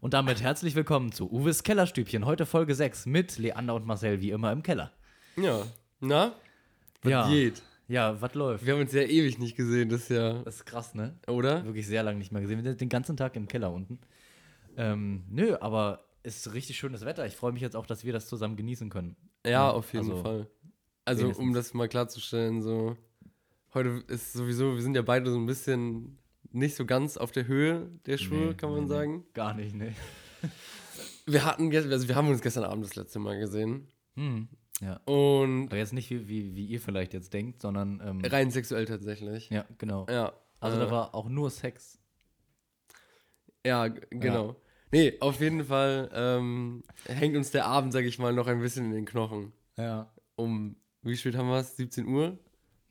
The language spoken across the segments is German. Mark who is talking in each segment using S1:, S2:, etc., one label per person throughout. S1: Und damit herzlich willkommen zu Uwes Kellerstübchen. Heute Folge 6 mit Leander und Marcel, wie immer im Keller.
S2: Ja. Na? Was
S1: ja.
S2: geht?
S1: Ja, was läuft?
S2: Wir haben uns ja ewig nicht gesehen, das ist ja.
S1: Das ist krass, ne?
S2: Oder?
S1: Wirklich sehr lange nicht mehr gesehen. Wir sind den ganzen Tag im Keller unten. Ähm, nö, aber ist richtig schönes Wetter. Ich freue mich jetzt auch, dass wir das zusammen genießen können.
S2: Ja, auf jeden
S1: also,
S2: Fall. Also,
S1: wenigstens.
S2: um das mal klarzustellen, so. Heute ist sowieso, wir sind ja beide so ein bisschen nicht so ganz auf der Höhe der Schuhe,
S1: Nee,
S2: kann man
S1: nee, nee.
S2: sagen.
S1: Gar nicht, ne?
S2: Wir hatten gestern, also wir haben uns gestern Abend das letzte Mal gesehen.
S1: Hm. Ja.
S2: Und
S1: Aber jetzt nicht, wie, wie, wie ihr vielleicht jetzt denkt, sondern. Ähm,
S2: rein sexuell tatsächlich.
S1: ja, genau.
S2: Ja.
S1: Also
S2: äh,
S1: da war auch nur Sex.
S2: Ja, g- genau. Nee, auf jeden Fall ähm, hängt uns der Abend, sag ich mal, noch ein bisschen in den Knochen.
S1: Ja.
S2: Um, wie spät haben wir es? 17 Uhr?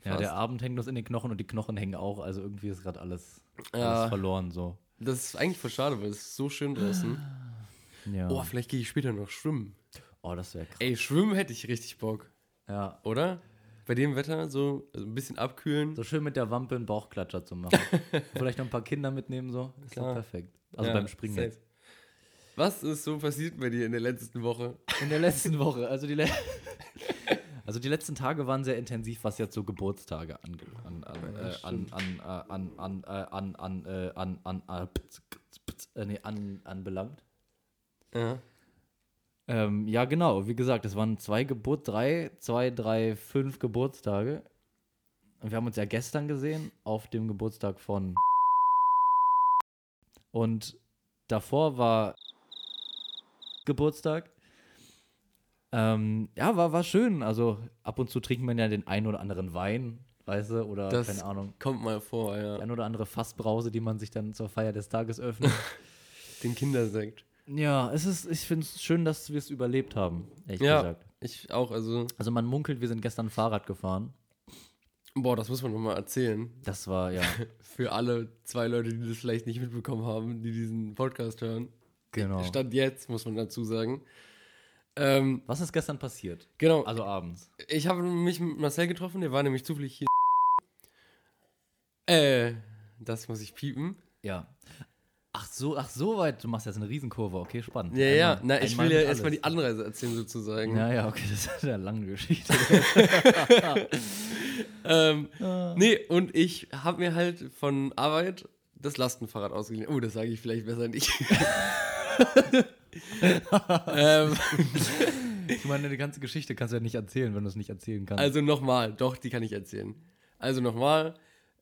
S1: Ja,
S2: Fast.
S1: der Abend hängt uns in den Knochen und die Knochen hängen auch. Also irgendwie ist gerade alles, alles
S2: Ja.
S1: verloren so.
S2: Das ist eigentlich voll schade, weil es ist so schön draußen.
S1: Ja.
S2: Oh,
S1: Oh,
S2: vielleicht gehe ich später noch schwimmen.
S1: das wäre krass.
S2: Ey, schwimmen hätte ich richtig Bock,
S1: Ja.
S2: oder? Bei dem Wetter so also ein bisschen abkühlen.
S1: So schön mit der Wampe einen Bauchklatscher zu machen. Vielleicht noch ein paar Kinder mitnehmen so. Ist doch
S2: Klar.
S1: perfekt. Also
S2: Ja,
S1: beim Springen
S2: safe.
S1: jetzt.
S2: Was ist so passiert bei dir in der letzten Woche?
S1: In der letzten Woche, also die, le also die letzten Tage waren sehr intensiv, was jetzt so Geburtstage ange- an- an- äh, an- an- äh, an- an- äh, an- an- äh, an- an- äh, pz- pz- pz- äh, nee, an- anbelangt.
S2: Ja.
S1: Ähm, ja, genau, wie gesagt, es waren zwei Geburt, drei, zwei, drei, fünf Geburtstage. Und wir haben uns ja gestern gesehen auf dem Geburtstag von. Und davor war Geburtstag. Ähm, ja, war, war schön. Also ab und zu trinkt man ja den einen oder anderen Wein, weißt du, oder
S2: Das-
S1: keine Ahnung.
S2: Kommt mal vor, ja.
S1: Die ein oder andere Fassbrause, die man sich dann zur Feier des Tages öffnet.
S2: Den Kindersekt.
S1: ja, es ist, ich finde es schön, dass wir es überlebt haben, ehrlich
S2: Ja,
S1: gesagt.
S2: ich auch. Also,
S1: Also man munkelt, wir sind gestern Fahrrad gefahren.
S2: boah, das muss man nochmal erzählen.
S1: Das war ja
S2: Für alle zwei Leute, die das vielleicht nicht mitbekommen haben, die diesen Podcast hören.
S1: genau.
S2: Stand jetzt, muss man dazu sagen. Ähm,
S1: Was ist gestern passiert?
S2: genau,
S1: Also abends.
S2: ich habe mich mit Marcel getroffen, der war nämlich zufällig hier. Äh, das muss ich piepen.
S1: Ja. Ach so, ach so weit. Du machst jetzt eine Riesenkurve. Okay, spannend.
S2: Ja, ja, na, ich will ja erstmal
S1: erstmal
S2: die Anreise erzählen sozusagen.
S1: Ja, ja, okay, das ist ja eine lange Geschichte.
S2: Ähm, nee, und ich habe mir halt von Arbeit das Lastenfahrrad ausgeliehen. Oh, das sage ich vielleicht besser nicht. ähm,
S1: Ich meine, die ganze Geschichte kannst du ja nicht erzählen, wenn du es nicht erzählen kannst.
S2: Also nochmal, doch, die kann ich erzählen. Also nochmal,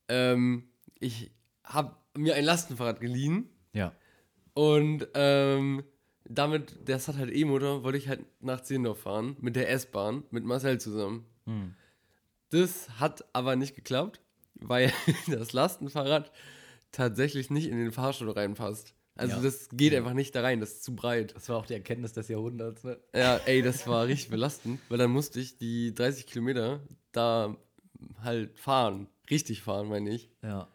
S2: ähm, ich habe mir ein Lastenfahrrad geliehen
S1: ja.
S2: und ähm, damit, das hat halt E-Motor, wollte ich halt nach Zehendorf fahren mit der S-Bahn, mit Marcel zusammen.
S1: Hm.
S2: Das hat aber nicht geklappt, weil das Lastenfahrrad tatsächlich nicht in den Fahrstuhl reinpasst. Also
S1: Ja.
S2: das geht einfach nicht da rein, das ist zu breit.
S1: Das war auch die Erkenntnis des Jahrhunderts, ne?
S2: Ja, ey, das war richtig belastend, weil dann musste ich die 30 Kilometer da halt fahren. Richtig fahren, meine ich.
S1: Ja.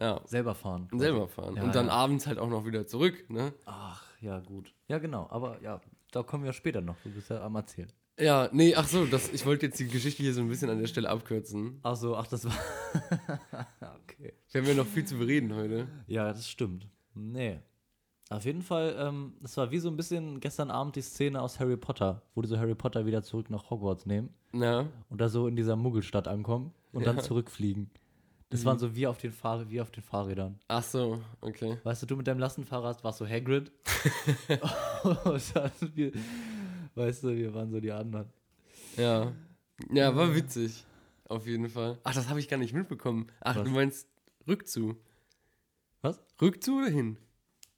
S2: Ja,
S1: Selber fahren.
S2: und selber fahren.
S1: Ja,
S2: und dann
S1: ja.
S2: abends halt auch noch wieder zurück, ne?
S1: Ach, ja, gut. Ja, genau. Aber ja, da kommen wir später noch. Du bist ja am Erzählen.
S2: Ja, nee, ach so, das, ich wollte jetzt die Geschichte hier so ein bisschen an der Stelle abkürzen.
S1: Ach so, ach, das war. okay.
S2: Wir haben ja noch viel zu bereden heute.
S1: Ja, das stimmt. Nee. Auf jeden Fall, ähm, es war wie so ein bisschen gestern Abend die Szene aus Harry Potter, wo die so Harry Potter wieder zurück nach Hogwarts nehmen
S2: Na,
S1: und da so in dieser Muggelstadt ankommen und dann
S2: Ja.
S1: zurückfliegen. Das waren so wie auf, den Fahr wie auf den Fahrrädern.
S2: ach so, okay.
S1: Weißt du, du mit deinem Lastenfahrrad warst so Hagrid. und dann, wir, weißt du, wir waren so die anderen.
S2: Ja. Ja, war witzig. Auf jeden Fall. Ach, das habe ich gar nicht mitbekommen. Ach,
S1: Was?
S2: du meinst Rückzu.
S1: Was?
S2: Rückzu oder hin?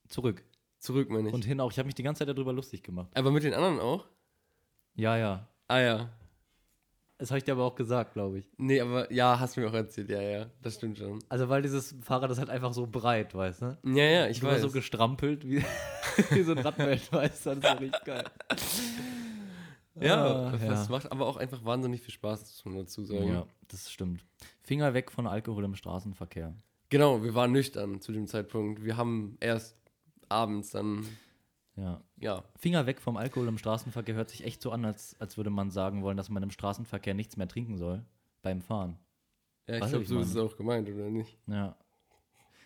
S1: Zurück.
S2: Zurück, meine ich.
S1: Und hin auch. Ich habe mich die ganze Zeit darüber lustig gemacht.
S2: Aber mit den anderen auch?
S1: Ja, ja.
S2: Ah ja.
S1: Das habe ich dir aber auch gesagt, glaube ich.
S2: Nee, aber ja, hast du mir auch erzählt, ja, ja, das stimmt schon.
S1: Also, weil dieses Fahrrad ist halt einfach so breit, weißt du?
S2: Ja, ja, ich
S1: Ich war
S2: weiß.
S1: so gestrampelt wie, wie so ein Radweltmeister. Das war richtig geil.
S2: ja,
S1: Ah,
S2: das
S1: ja.
S2: macht aber auch einfach wahnsinnig viel Spaß, muss man dazu sagen.
S1: Ja, das stimmt. Finger weg von Alkohol im Straßenverkehr.
S2: Genau, wir waren nüchtern zu dem Zeitpunkt. Wir haben erst abends dann,
S1: Ja.
S2: ja,
S1: Finger weg vom Alkohol im Straßenverkehr hört sich echt so an, als, als würde man sagen wollen, dass man im Straßenverkehr nichts mehr trinken soll beim Fahren.
S2: ja, ich
S1: Weiß,
S2: glaube,
S1: was ich
S2: so ist es
S1: meine.
S2: auch gemeint, oder nicht?
S1: Ja.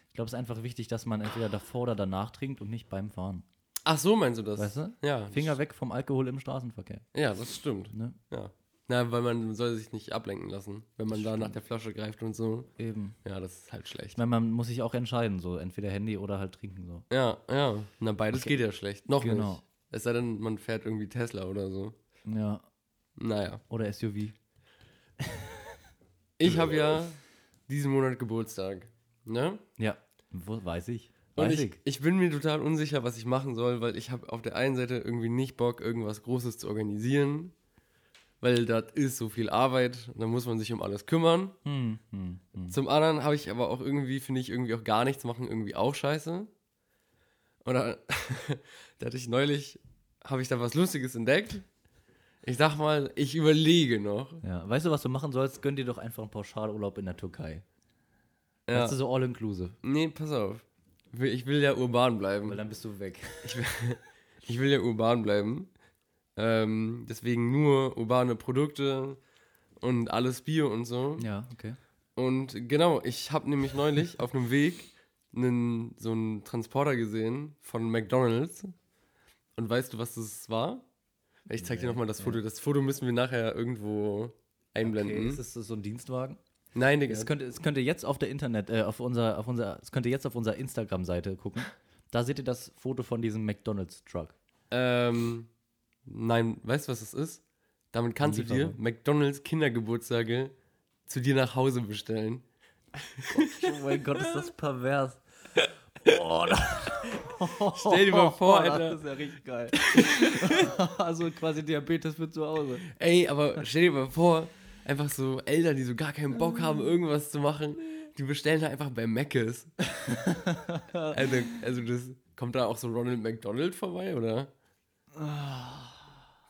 S1: Ich glaube, es ist einfach wichtig, dass man entweder davor oder danach trinkt und nicht beim Fahren.
S2: Ach so, meinst du das?
S1: Weißt du?
S2: Ja.
S1: Finger weg vom Alkohol im Straßenverkehr.
S2: Ja, das stimmt.
S1: Ne?
S2: Ja. Na, weil man soll sich nicht ablenken lassen, wenn man da nach der Flasche greift und so.
S1: Eben.
S2: Ja, das ist halt
S1: Ich
S2: schlecht.
S1: meine, man muss sich auch entscheiden, so entweder Handy oder halt trinken so.
S2: Ja, ja. Na, beides geht ja schlecht. Noch
S1: Genau.
S2: nicht. Es sei denn, man fährt irgendwie Tesla oder so.
S1: Ja.
S2: Naja.
S1: Oder SUV.
S2: Ich habe ja diesen Monat Geburtstag. Ne?
S1: Ja. Wo, weiß ich.
S2: Und
S1: Weiß
S2: ich, ich bin mir total unsicher, was ich machen soll, weil ich habe auf der einen Seite irgendwie nicht Bock, irgendwas Großes zu organisieren, weil das ist so viel Arbeit und dann muss man sich um alles kümmern.
S1: Hm, hm, hm.
S2: Zum anderen habe ich aber auch irgendwie, finde ich, irgendwie auch gar nichts machen, irgendwie auch scheiße. Oder da hatte ich neulich, habe ich da was Lustiges entdeckt. Ich sag mal, ich überlege noch.
S1: Ja. Weißt du, was du machen sollst? Gönn dir doch einfach einen Pauschalurlaub in der Türkei. Ja.
S2: Ja.
S1: Hast du so all-inclusive.
S2: Nee, pass auf. Ich will- Ich will ja urban bleiben.
S1: Weil dann bist du weg.
S2: Ich will ja urban bleiben. Ähm, deswegen nur urbane Produkte und alles Bio und so.
S1: Ja, okay.
S2: Und genau, ich habe nämlich neulich auf einem Weg einen, so einen Transporter gesehen von McDonalds. Und weißt du, was das war? Ich zeig dir
S1: Nee,
S2: nochmal das Foto. Das Foto müssen wir nachher irgendwo einblenden.
S1: Ist das so ein Dienstwagen?
S2: Nein, Digga.
S1: Es, könnte, es könnte jetzt auf der Internet, äh, auf unser, auf unser, es könnte jetzt auf unserer Instagram-Seite gucken. Da seht ihr das Foto von diesem McDonalds-Truck.
S2: Ähm, nein, weißt du, was das ist? Damit kannst du dir
S1: Lieferung.
S2: McDonalds Kindergeburtstage zu dir nach Hause bestellen.
S1: Oh mein Gott, ist das pervers. Oh,
S2: Stell dir mal vor, Alter.
S1: Das ist ja richtig geil. also quasi Diabetes für zu Hause.
S2: Ey, aber stell dir mal vor, einfach so Eltern, die so gar keinen Bock haben, irgendwas zu machen, die bestellen da einfach bei Mc's. also, also das kommt da auch so Ronald McDonald vorbei, oder?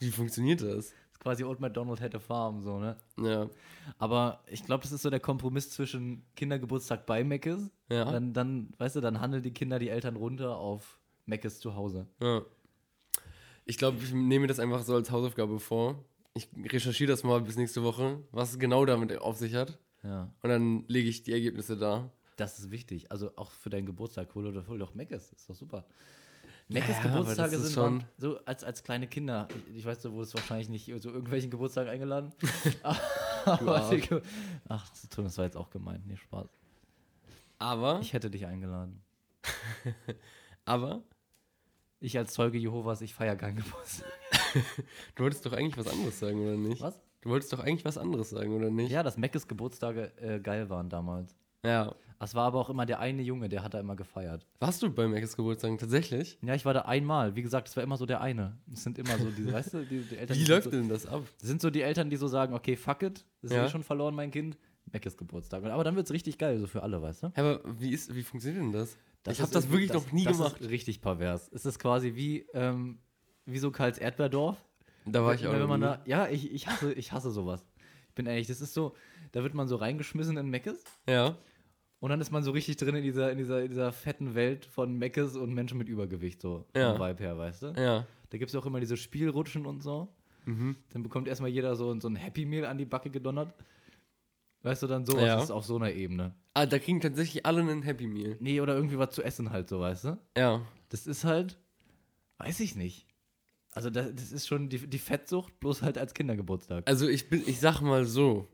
S2: Wie funktioniert das?
S1: Ist quasi Old McDonald hätte Farm, so, ne?
S2: Ja.
S1: Aber ich glaube, das ist so der Kompromiss zwischen Kindergeburtstag bei Meckes.
S2: Ja.
S1: Dann, dann, weißt du, dann handeln die Kinder die Eltern runter auf Meckes zu Hause.
S2: ja. Ich glaube, ich nehme mir das einfach so als Hausaufgabe vor. Ich recherchiere das mal bis nächste Woche, was es genau damit auf sich hat.
S1: Ja.
S2: Und dann lege ich die Ergebnisse da.
S1: Das ist wichtig. Also auch für deinen Geburtstag hol oder hol doch Meckes. Ist doch super. Meckes
S2: Ja, aber
S1: Geburtstage
S2: das
S1: sind
S2: ist schon-
S1: schon so als, als kleine Kinder. Ich, ich weiß, du wurdest wahrscheinlich nicht zu irgendwelchen Geburtstagen eingeladen. aber die Ge- Ach, Thomas war jetzt auch gemeint. Nee, Spaß.
S2: Aber,
S1: Ich hätte dich eingeladen.
S2: aber,
S1: Ich als Zeuge Jehovas, ich feiere keinen Geburtstag.
S2: du wolltest doch eigentlich was anderes sagen, oder nicht?
S1: Was?
S2: Du wolltest doch eigentlich was anderes sagen, oder nicht?
S1: Ja, dass Meckes Geburtstage äh, geil waren damals.
S2: Ja.
S1: Es war aber auch immer der eine Junge, der hat da immer gefeiert.
S2: Warst du bei Mackes Geburtstag tatsächlich?
S1: Ja, ich war da einmal. Wie gesagt, es war immer so der eine. Es sind immer so diese, weißt du, die, die Eltern.
S2: Wie
S1: die
S2: läuft
S1: sind so,
S2: denn das ab?
S1: das? sind so die Eltern, die so sagen, okay, fuck it, das
S2: Ja.
S1: ist eh schon verloren, mein Kind. Meckes Geburtstag. Aber dann wird es richtig geil, so für alle, weißt du?
S2: Hä, aber wie, ist, wie funktioniert denn das? ich habe
S1: ist
S2: das
S1: irgendwie-
S2: wirklich noch nie
S1: das
S2: gemacht.
S1: Ist richtig pervers. Es ist quasi wie, ähm, wie so Karls Erdbeerdorf.
S2: da war ich auch.
S1: Wenn
S2: noch
S1: man
S2: nie.
S1: da, ja, ich, ich, hasse, ich hasse sowas. Ich bin ehrlich, das ist so, da wird man so reingeschmissen in Meckes
S2: ja.
S1: Und dann ist man so richtig drin in dieser, in dieser, in dieser fetten Welt von Meckes und Menschen mit Übergewicht, so
S2: Ja.
S1: vom Vibe her, weißt du?
S2: Ja. Mhm.
S1: Da gibt es auch immer diese Spielrutschen und so. Dann bekommt erstmal jeder so, so ein Happy Meal an die Backe gedonnert. Weißt du, dann so,
S2: Ja.
S1: das ist auf so einer Ebene.
S2: Ah, da kriegen tatsächlich alle einen Happy Meal.
S1: Nee, oder irgendwie was zu essen halt, so, weißt du?
S2: Ja.
S1: Das ist halt, weiß ich nicht. Also das, das ist schon die, die Fettsucht, bloß halt als Kindergeburtstag.
S2: Also ich bin, ich sag mal so.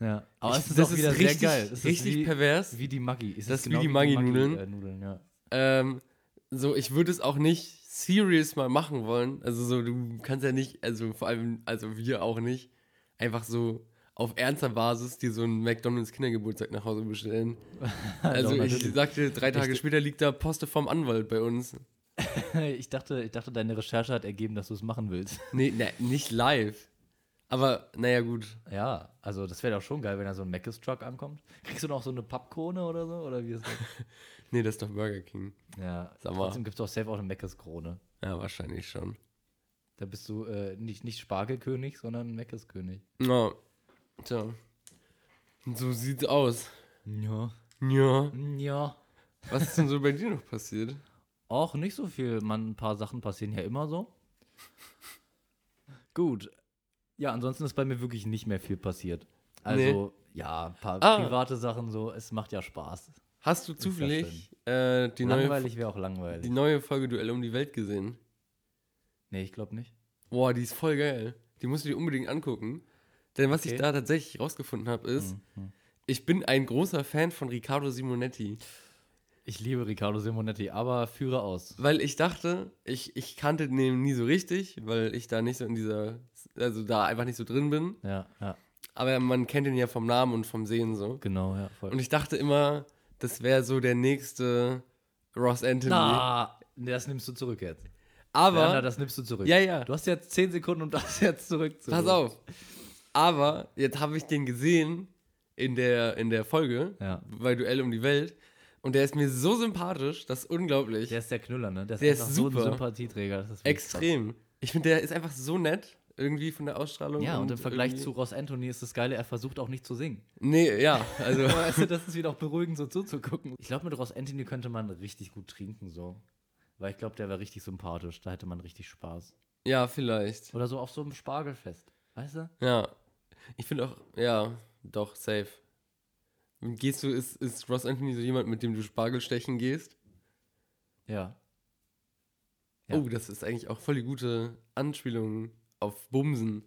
S1: Ja. Aber
S2: Also
S1: es
S2: ich,
S1: ist auch wieder
S2: richtig,
S1: sehr geil. Es ist
S2: richtig
S1: wie,
S2: pervers.
S1: wie die Maggi. Es
S2: Das ist wie die Maggi-Nudeln.
S1: äh, Nudeln, ja.
S2: Ähm, so, ich würde es auch nicht serious mal machen wollen. Also so, du kannst ja nicht, also vor allem, also wir auch nicht, einfach so auf ernster Basis dir so einen McDonalds Kindergeburtstag nach Hause bestellen. Also
S1: Doch,
S2: ich
S1: natürlich.
S2: sagte, drei Tage
S1: Ich-
S2: später liegt da Poste vom Anwalt bei uns.
S1: Ich dachte, ich dachte, deine Recherche hat ergeben, dass du es machen willst.
S2: Nee, ne, nicht live. Aber naja, gut.
S1: Ja, also das wäre doch schon geil, wenn da so ein Mc's-Truck ankommt. Kriegst du noch so eine Pappkrone oder so? Oder wie ist das?
S2: Nee, das ist doch Burger King.
S1: Ja,
S2: Sag mal.
S1: trotzdem gibt es doch safe auch eine Mc's-Krone.
S2: Ja, wahrscheinlich schon.
S1: Da bist du äh, nicht, nicht Spargelkönig, sondern Mc's-König.
S2: Ja. Tja. So sieht's aus.
S1: Ja.
S2: Ja.
S1: Ja.
S2: Was ist denn so bei dir noch passiert?
S1: Auch nicht so viel. Man, ein paar Sachen passieren ja immer so. Gut. Ja, ansonsten ist bei mir wirklich nicht mehr viel passiert. Also, ja, ein paar
S2: Ah.
S1: private Sachen so. Es macht ja Spaß.
S2: Hast du
S1: ja
S2: zufällig äh, die, neue,
S1: langweilig wäre auch
S2: die
S1: langweilig.
S2: neue Folge Duell um die Welt gesehen?
S1: Nee, ich glaube nicht.
S2: Boah, die ist voll geil. Die musst du dir unbedingt angucken. Denn was ich
S1: Okay.
S2: da tatsächlich rausgefunden habe, ist,
S1: Mhm.
S2: ich bin ein großer Fan von Riccardo Simonetti.
S1: Ich liebe Riccardo Simonetti, aber führe aus.
S2: Weil ich dachte, ich, ich kannte den nie so richtig, weil ich da nicht so in dieser, also da einfach nicht so drin bin.
S1: Ja, ja,
S2: Aber man kennt ihn ja vom Namen und vom Sehen so.
S1: genau, ja, voll.
S2: Und ich dachte immer, das wäre so der nächste Ross Anthony.
S1: Na, nee, das nimmst du zurück jetzt.
S2: Aber,
S1: Werner, das nimmst du zurück.
S2: ja, ja,
S1: Du hast jetzt 10 Sekunden, um das jetzt zurückzuholen.
S2: pass auf. Aber jetzt habe ich den gesehen in der, in der Folge
S1: Ja.
S2: bei Duell um die Welt. Und der ist mir so sympathisch, das ist unglaublich.
S1: Der ist der Knüller, ne?
S2: Der
S1: einfach
S2: ist
S1: so
S2: super.
S1: ein Sympathieträger. Das ist wirklich
S2: Extrem. Ich finde, der ist einfach so nett, irgendwie von der Ausstrahlung.
S1: krass. Ja, und im Vergleich
S2: irgendwie-
S1: zu Ross Anthony ist das Geile, er versucht auch nicht zu singen.
S2: Nee, ja, also.
S1: Weißt du, das ist wieder auch beruhigend, so zuzugucken. Ich glaube, mit Ross Anthony könnte man richtig gut trinken, so. Weil ich glaube, der wäre richtig sympathisch. Da hätte man richtig Spaß.
S2: ja, vielleicht.
S1: Oder so auf so einem Spargelfest. Weißt du?
S2: Ja. Ich finde auch, ja, doch, safe. Und Gehst du, ist, ist Ross Anthony so jemand, mit dem du Spargel stechen gehst?
S1: Ja. Ja.
S2: Oh, das ist eigentlich auch voll die gute Anspielung auf Bumsen.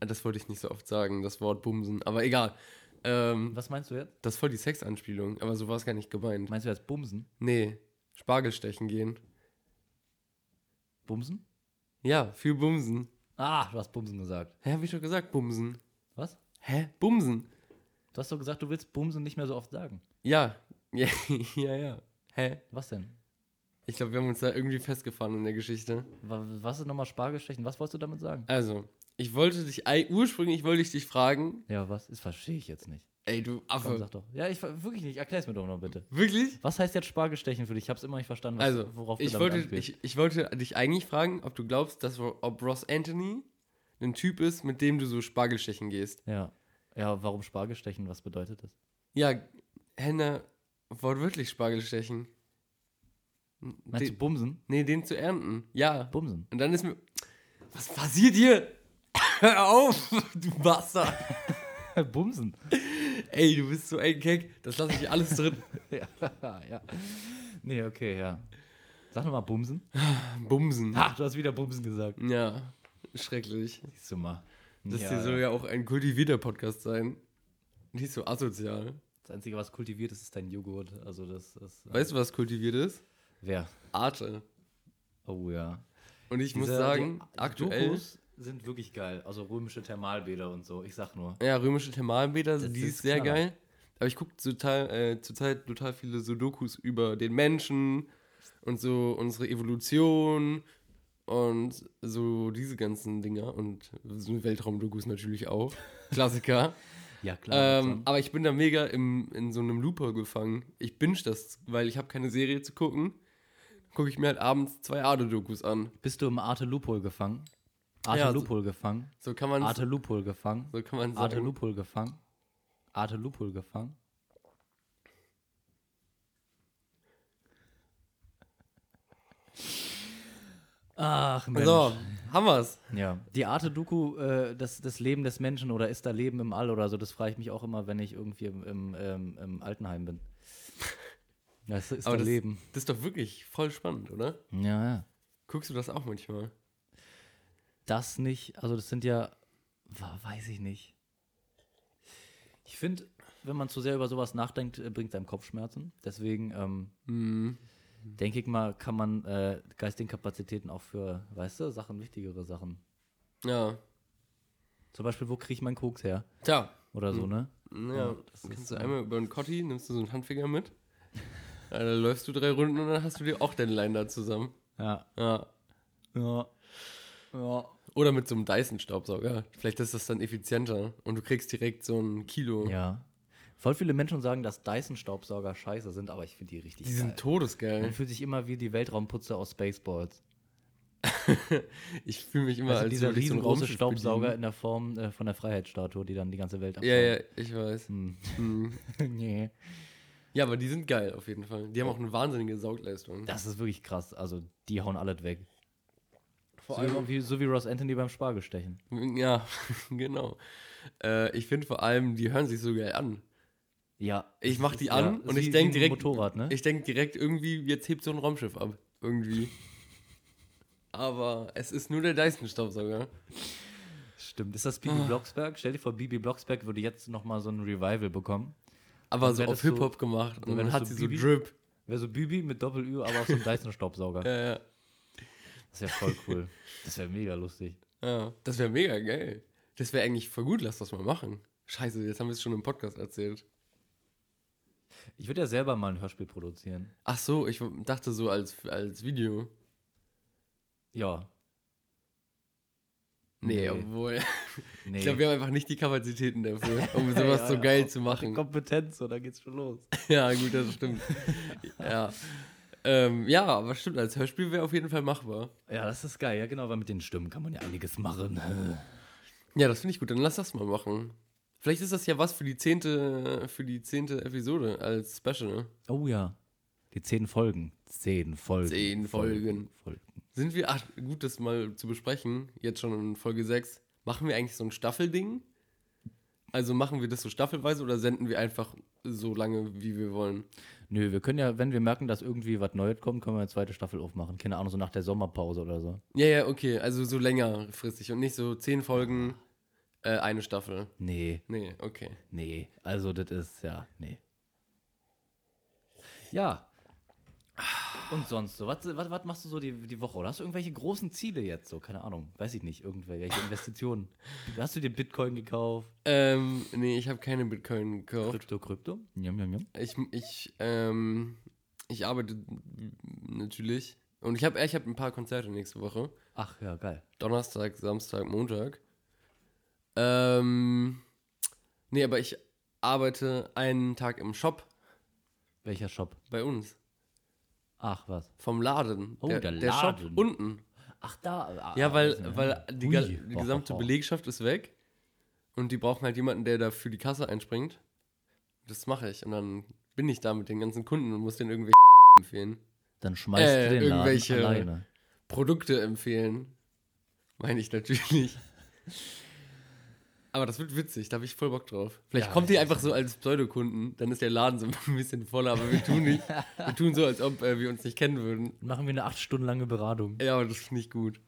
S2: Ah, Das wollte ich nicht so oft sagen, das Wort Bumsen, aber egal. Ähm,
S1: Was meinst du jetzt?
S2: das ist voll die Sexanspielung, aber so war es gar nicht gemeint.
S1: Meinst du jetzt Bumsen?
S2: Nee, Spargel stechen gehen.
S1: Bumsen?
S2: Ja, für Bumsen.
S1: Ah, du hast Bumsen gesagt.
S2: Hä, hab ich schon gesagt, Bumsen.
S1: Was?
S2: Hä? Bumsen?
S1: Du hast doch gesagt, du willst Bumsen nicht mehr so oft sagen.
S2: Ja. Ja, ja, ja. Hä?
S1: Was denn?
S2: Ich glaube, wir haben uns da irgendwie festgefahren in der Geschichte.
S1: Wa- Was ist nochmal Spargelstechen? Was wolltest du damit sagen?
S2: Also, ich wollte dich, ei- ursprünglich wollte ich dich fragen,
S1: Ja, was? Das verstehe ich jetzt nicht.
S2: ey, du
S1: Komm,
S2: Affe.
S1: sag doch. Ja, ich ver- wirklich nicht. Erklär's mir doch noch bitte.
S2: Wirklich?
S1: Was heißt jetzt Spargelstechen für dich? Ich hab's immer nicht verstanden, was,
S2: Also,
S1: worauf
S2: ich
S1: du damit
S2: wollte,
S1: anspielst.
S2: ich, ich wollte dich eigentlich fragen, ob du glaubst, dass Ro- ob Ross Anthony ein Typ ist, mit dem du so Spargel stechen gehst.
S1: Ja. Ja, warum Spargelstechen? Was bedeutet das?
S2: Ja, Henna, wortwörtlich Spargel stechen.
S1: Meinst
S2: Den,
S1: du Bumsen?
S2: nee, den zu ernten. Ja.
S1: Bumsen.
S2: Und dann ist mir. Was passiert hier? Hör auf, du Bastard.
S1: Bumsen.
S2: Ey, du bist so ein Keck. Das lasse ich alles drin.
S1: ja, ja. Nee, okay, ja. Sag nochmal Bumsen.
S2: Bumsen.
S1: Ha, du hast wieder Bumsen gesagt.
S2: Ja, schrecklich.
S1: Siehst du mal.
S2: Das
S1: ja,
S2: hier soll
S1: ja.
S2: ja auch ein kultivierter Podcast sein. Nicht so asozial.
S1: Das Einzige, was kultiviert ist, ist dein Joghurt. Also das ist. äh,
S2: Weißt du, was kultiviert ist?
S1: Wer?
S2: Arte.
S1: Oh ja.
S2: Und ich muss
S1: Diese-
S2: sagen,
S1: die- die
S2: aktuell.
S1: Dokus sind wirklich geil. Also römische Thermalbäder und so. Ich sag nur.
S2: Ja, römische Thermalbäder,
S1: Das
S2: die
S1: ist
S2: ist, sehr
S1: Knaller.
S2: geil. Aber ich gucke total, äh, zurzeit total viele Sudokus über den Menschen und so unsere Evolution und so diese ganzen Dinger und so Weltraumdokus natürlich auch. Klassiker.
S1: Ja, klar.
S2: ähm, aber ich bin da mega im, in so einem Looper gefangen. Ich binge das, weil ich habe keine Serie zu gucken. Gucke ich mir halt abends zwei Arte-Dokus an.
S1: Bist du im Arte Lupol gefangen? Arte
S2: Ja, so-
S1: Lupol gefangen?
S2: So kann man
S1: Arte Lupol gefangen?
S2: so kann man sagen.
S1: Arte Lupol gefangen? Arte Lupol gefangen? Ach, Mensch.
S2: So, Also, haben wir's.
S1: Ja. Die Arte-Doku, äh, das, das Leben des Menschen oder ist da Leben im All oder so, das frage ich mich auch immer, wenn ich irgendwie im, im, ähm, im Altenheim bin. Das ist
S2: Aber
S1: da
S2: das,
S1: Leben.
S2: das ist doch wirklich voll spannend, oder?
S1: Ja, ja.
S2: Guckst du das auch manchmal?
S1: das nicht, also das sind ja, wa- weiß ich nicht. Ich finde, wenn man zu sehr über sowas nachdenkt, äh, bringt es einem Kopfschmerzen. Deswegen ähm,
S2: Hm.
S1: denke ich mal, kann man äh, geistigen Kapazitäten auch für, weißt du, Sachen, wichtigere Sachen.
S2: Ja.
S1: Zum Beispiel, wo kriege ich meinen Koks her?
S2: Tja.
S1: Oder so, ne?
S2: Ja,
S1: Ja, das
S2: kannst
S1: ist,
S2: du
S1: äh,
S2: einmal über einen Kotti, nimmst du so einen Handfinger mit. Ja, dann läufst du drei Runden und dann hast du dir auch deine Line da zusammen.
S1: Ja.
S2: Ja.
S1: Ja. Ja.
S2: Oder mit so einem Dyson-Staubsauger. Vielleicht ist das dann effizienter und du kriegst direkt so ein Kilo.
S1: Ja. Voll viele Menschen sagen, dass Dyson-Staubsauger scheiße sind, aber ich finde die richtig
S2: Die sind
S1: geil. Man
S2: todesgeil.
S1: fühlt sich immer wie die Weltraumputzer aus Spaceballs.
S2: Ich fühle mich immer
S1: Also
S2: als
S1: dieser
S2: würde ich so einen
S1: riesengroße
S2: Raumschiff
S1: Staubsauger
S2: bedienen.
S1: in der Form äh, von der Freiheitsstatue, die dann die ganze Welt
S2: Ja, ja, ich weiß.
S1: Hm.
S2: Hm.
S1: nee.
S2: Ja, aber die sind geil auf jeden Fall. Die haben auch eine wahnsinnige Saugleistung.
S1: Das ist wirklich krass. Also, die hauen alles weg.
S2: Vor
S1: so, wie, so wie Ross Anthony beim Spargelstechen.
S2: Ja, genau. Äh, ich finde vor allem, die hören sich so geil an.
S1: Ja.
S2: Ich mach die
S1: Ja,
S2: an und
S1: sie-
S2: ich
S1: sie
S2: denk
S1: ein
S2: direkt.
S1: Motorrad, ne?
S2: Ich denk direkt irgendwie, jetzt hebt so ein Raumschiff ab. Irgendwie. Aber es ist nur der Dyson-Staubsauger.
S1: Stimmt. Ist das
S2: Ah.
S1: Bibi Blocksberg? Stell dir vor, Bibi Blocksberg würde jetzt nochmal so ein Revival bekommen.
S2: Aber
S1: Dann
S2: so
S1: wär
S2: auf
S1: das so-
S2: Hip-Hop gemacht. Und
S1: wär
S2: dann
S1: das
S2: hat
S1: so
S2: sie so
S1: Bibi?
S2: Drip.
S1: Wäre so Bibi mit Doppel-Ü, aber auch so einem Dyson-Staubsauger.
S2: Ja, ja.
S1: Das wäre voll cool. Das wäre mega lustig.
S2: ja. Das wäre mega geil. Das wäre eigentlich voll gut, lass das mal machen. Scheiße, jetzt haben wir es schon im Podcast erzählt.
S1: Ich würde ja selber mal ein Hörspiel produzieren.
S2: Ach so, ich dachte so als, als Video.
S1: Ja.
S2: Nee,
S1: Nee.
S2: obwohl.
S1: Nee.
S2: Ich glaube, wir haben einfach nicht die Kapazitäten dafür, um sowas
S1: Ja,
S2: so
S1: ja.
S2: geil zu machen.
S1: Kompetenz, so, da geht's schon los.
S2: Ja, gut, das stimmt. ja. Ähm, ja, aber stimmt, als Hörspiel wäre auf jeden Fall machbar.
S1: Ja, das ist geil. Ja, genau, weil mit den Stimmen kann man ja einiges machen.
S2: Ja, das finde ich gut. Dann lass das mal machen. Vielleicht ist das ja was für die zehnte, für die zehnte Episode als Special.
S1: Oh ja. Die zehn Folgen. Zehn Folgen.
S2: Zehn Folgen.
S1: Folgen.
S2: Sind wir, ach, gut, das mal zu besprechen, jetzt schon in Folge 6. Machen wir eigentlich so ein Staffelding? Also machen wir das so staffelweise oder senden wir einfach so lange, wie wir wollen?
S1: Nö, wir können ja, wenn wir merken, dass irgendwie was Neues kommt, können wir eine zweite Staffel aufmachen. Keine Ahnung, so nach der Sommerpause oder so.
S2: Ja, ja, okay, also so längerfristig und nicht so zehn Folgen, äh, eine Staffel.
S1: Nee,
S2: Nee, okay.
S1: nee. Also, das ist, ja, nee. Ja. Und sonst so, was, was, was machst du so die, die Woche? Oder hast du irgendwelche großen Ziele jetzt so? Keine Ahnung, weiß ich nicht, irgendwelche Investitionen. hast du dir Bitcoin gekauft?
S2: Ähm, nee, ich habe keine Bitcoin gekauft.
S1: Krypto, Krypto? Jam, jam, jam.
S2: Ich, ich, ähm, ich arbeite natürlich. Und ich habe ich hab ein paar Konzerte nächste Woche.
S1: Ach ja, geil.
S2: Donnerstag, Samstag, Montag. Ähm, nee, aber ich arbeite einen Tag im Shop
S1: Welcher Shop?
S2: bei uns.
S1: Ach was.
S2: Vom Laden.
S1: Oh, der
S2: Shop
S1: Laden.
S2: unten.
S1: Ach da. ah,
S2: Ja,
S1: ah,
S2: weil, weil die,
S1: ui,
S2: ga- die
S1: ho, ho,
S2: gesamte
S1: ho.
S2: Belegschaft ist weg. Und die brauchen halt jemanden, der da für die Kasse einspringt. Das mache ich. Und dann bin ich da mit den ganzen Kunden und muss denen irgendwelche empfehlen.
S1: Dann schmeißt
S2: Äh,
S1: du den Laden
S2: irgendwelche-
S1: alleine.
S2: Produkte empfehlen. Meine ich natürlich. Aber das wird witzig, da habe ich voll Bock drauf. Vielleicht
S1: Ja,
S2: kommt ihr einfach so als Pseudokunden, dann ist der Laden so ein bisschen voller, aber wir tun nicht. Wir tun so, als ob äh, wir uns nicht kennen würden.
S1: Machen wir eine acht Stunden lange Beratung.
S2: Ja, aber das finde ich gut.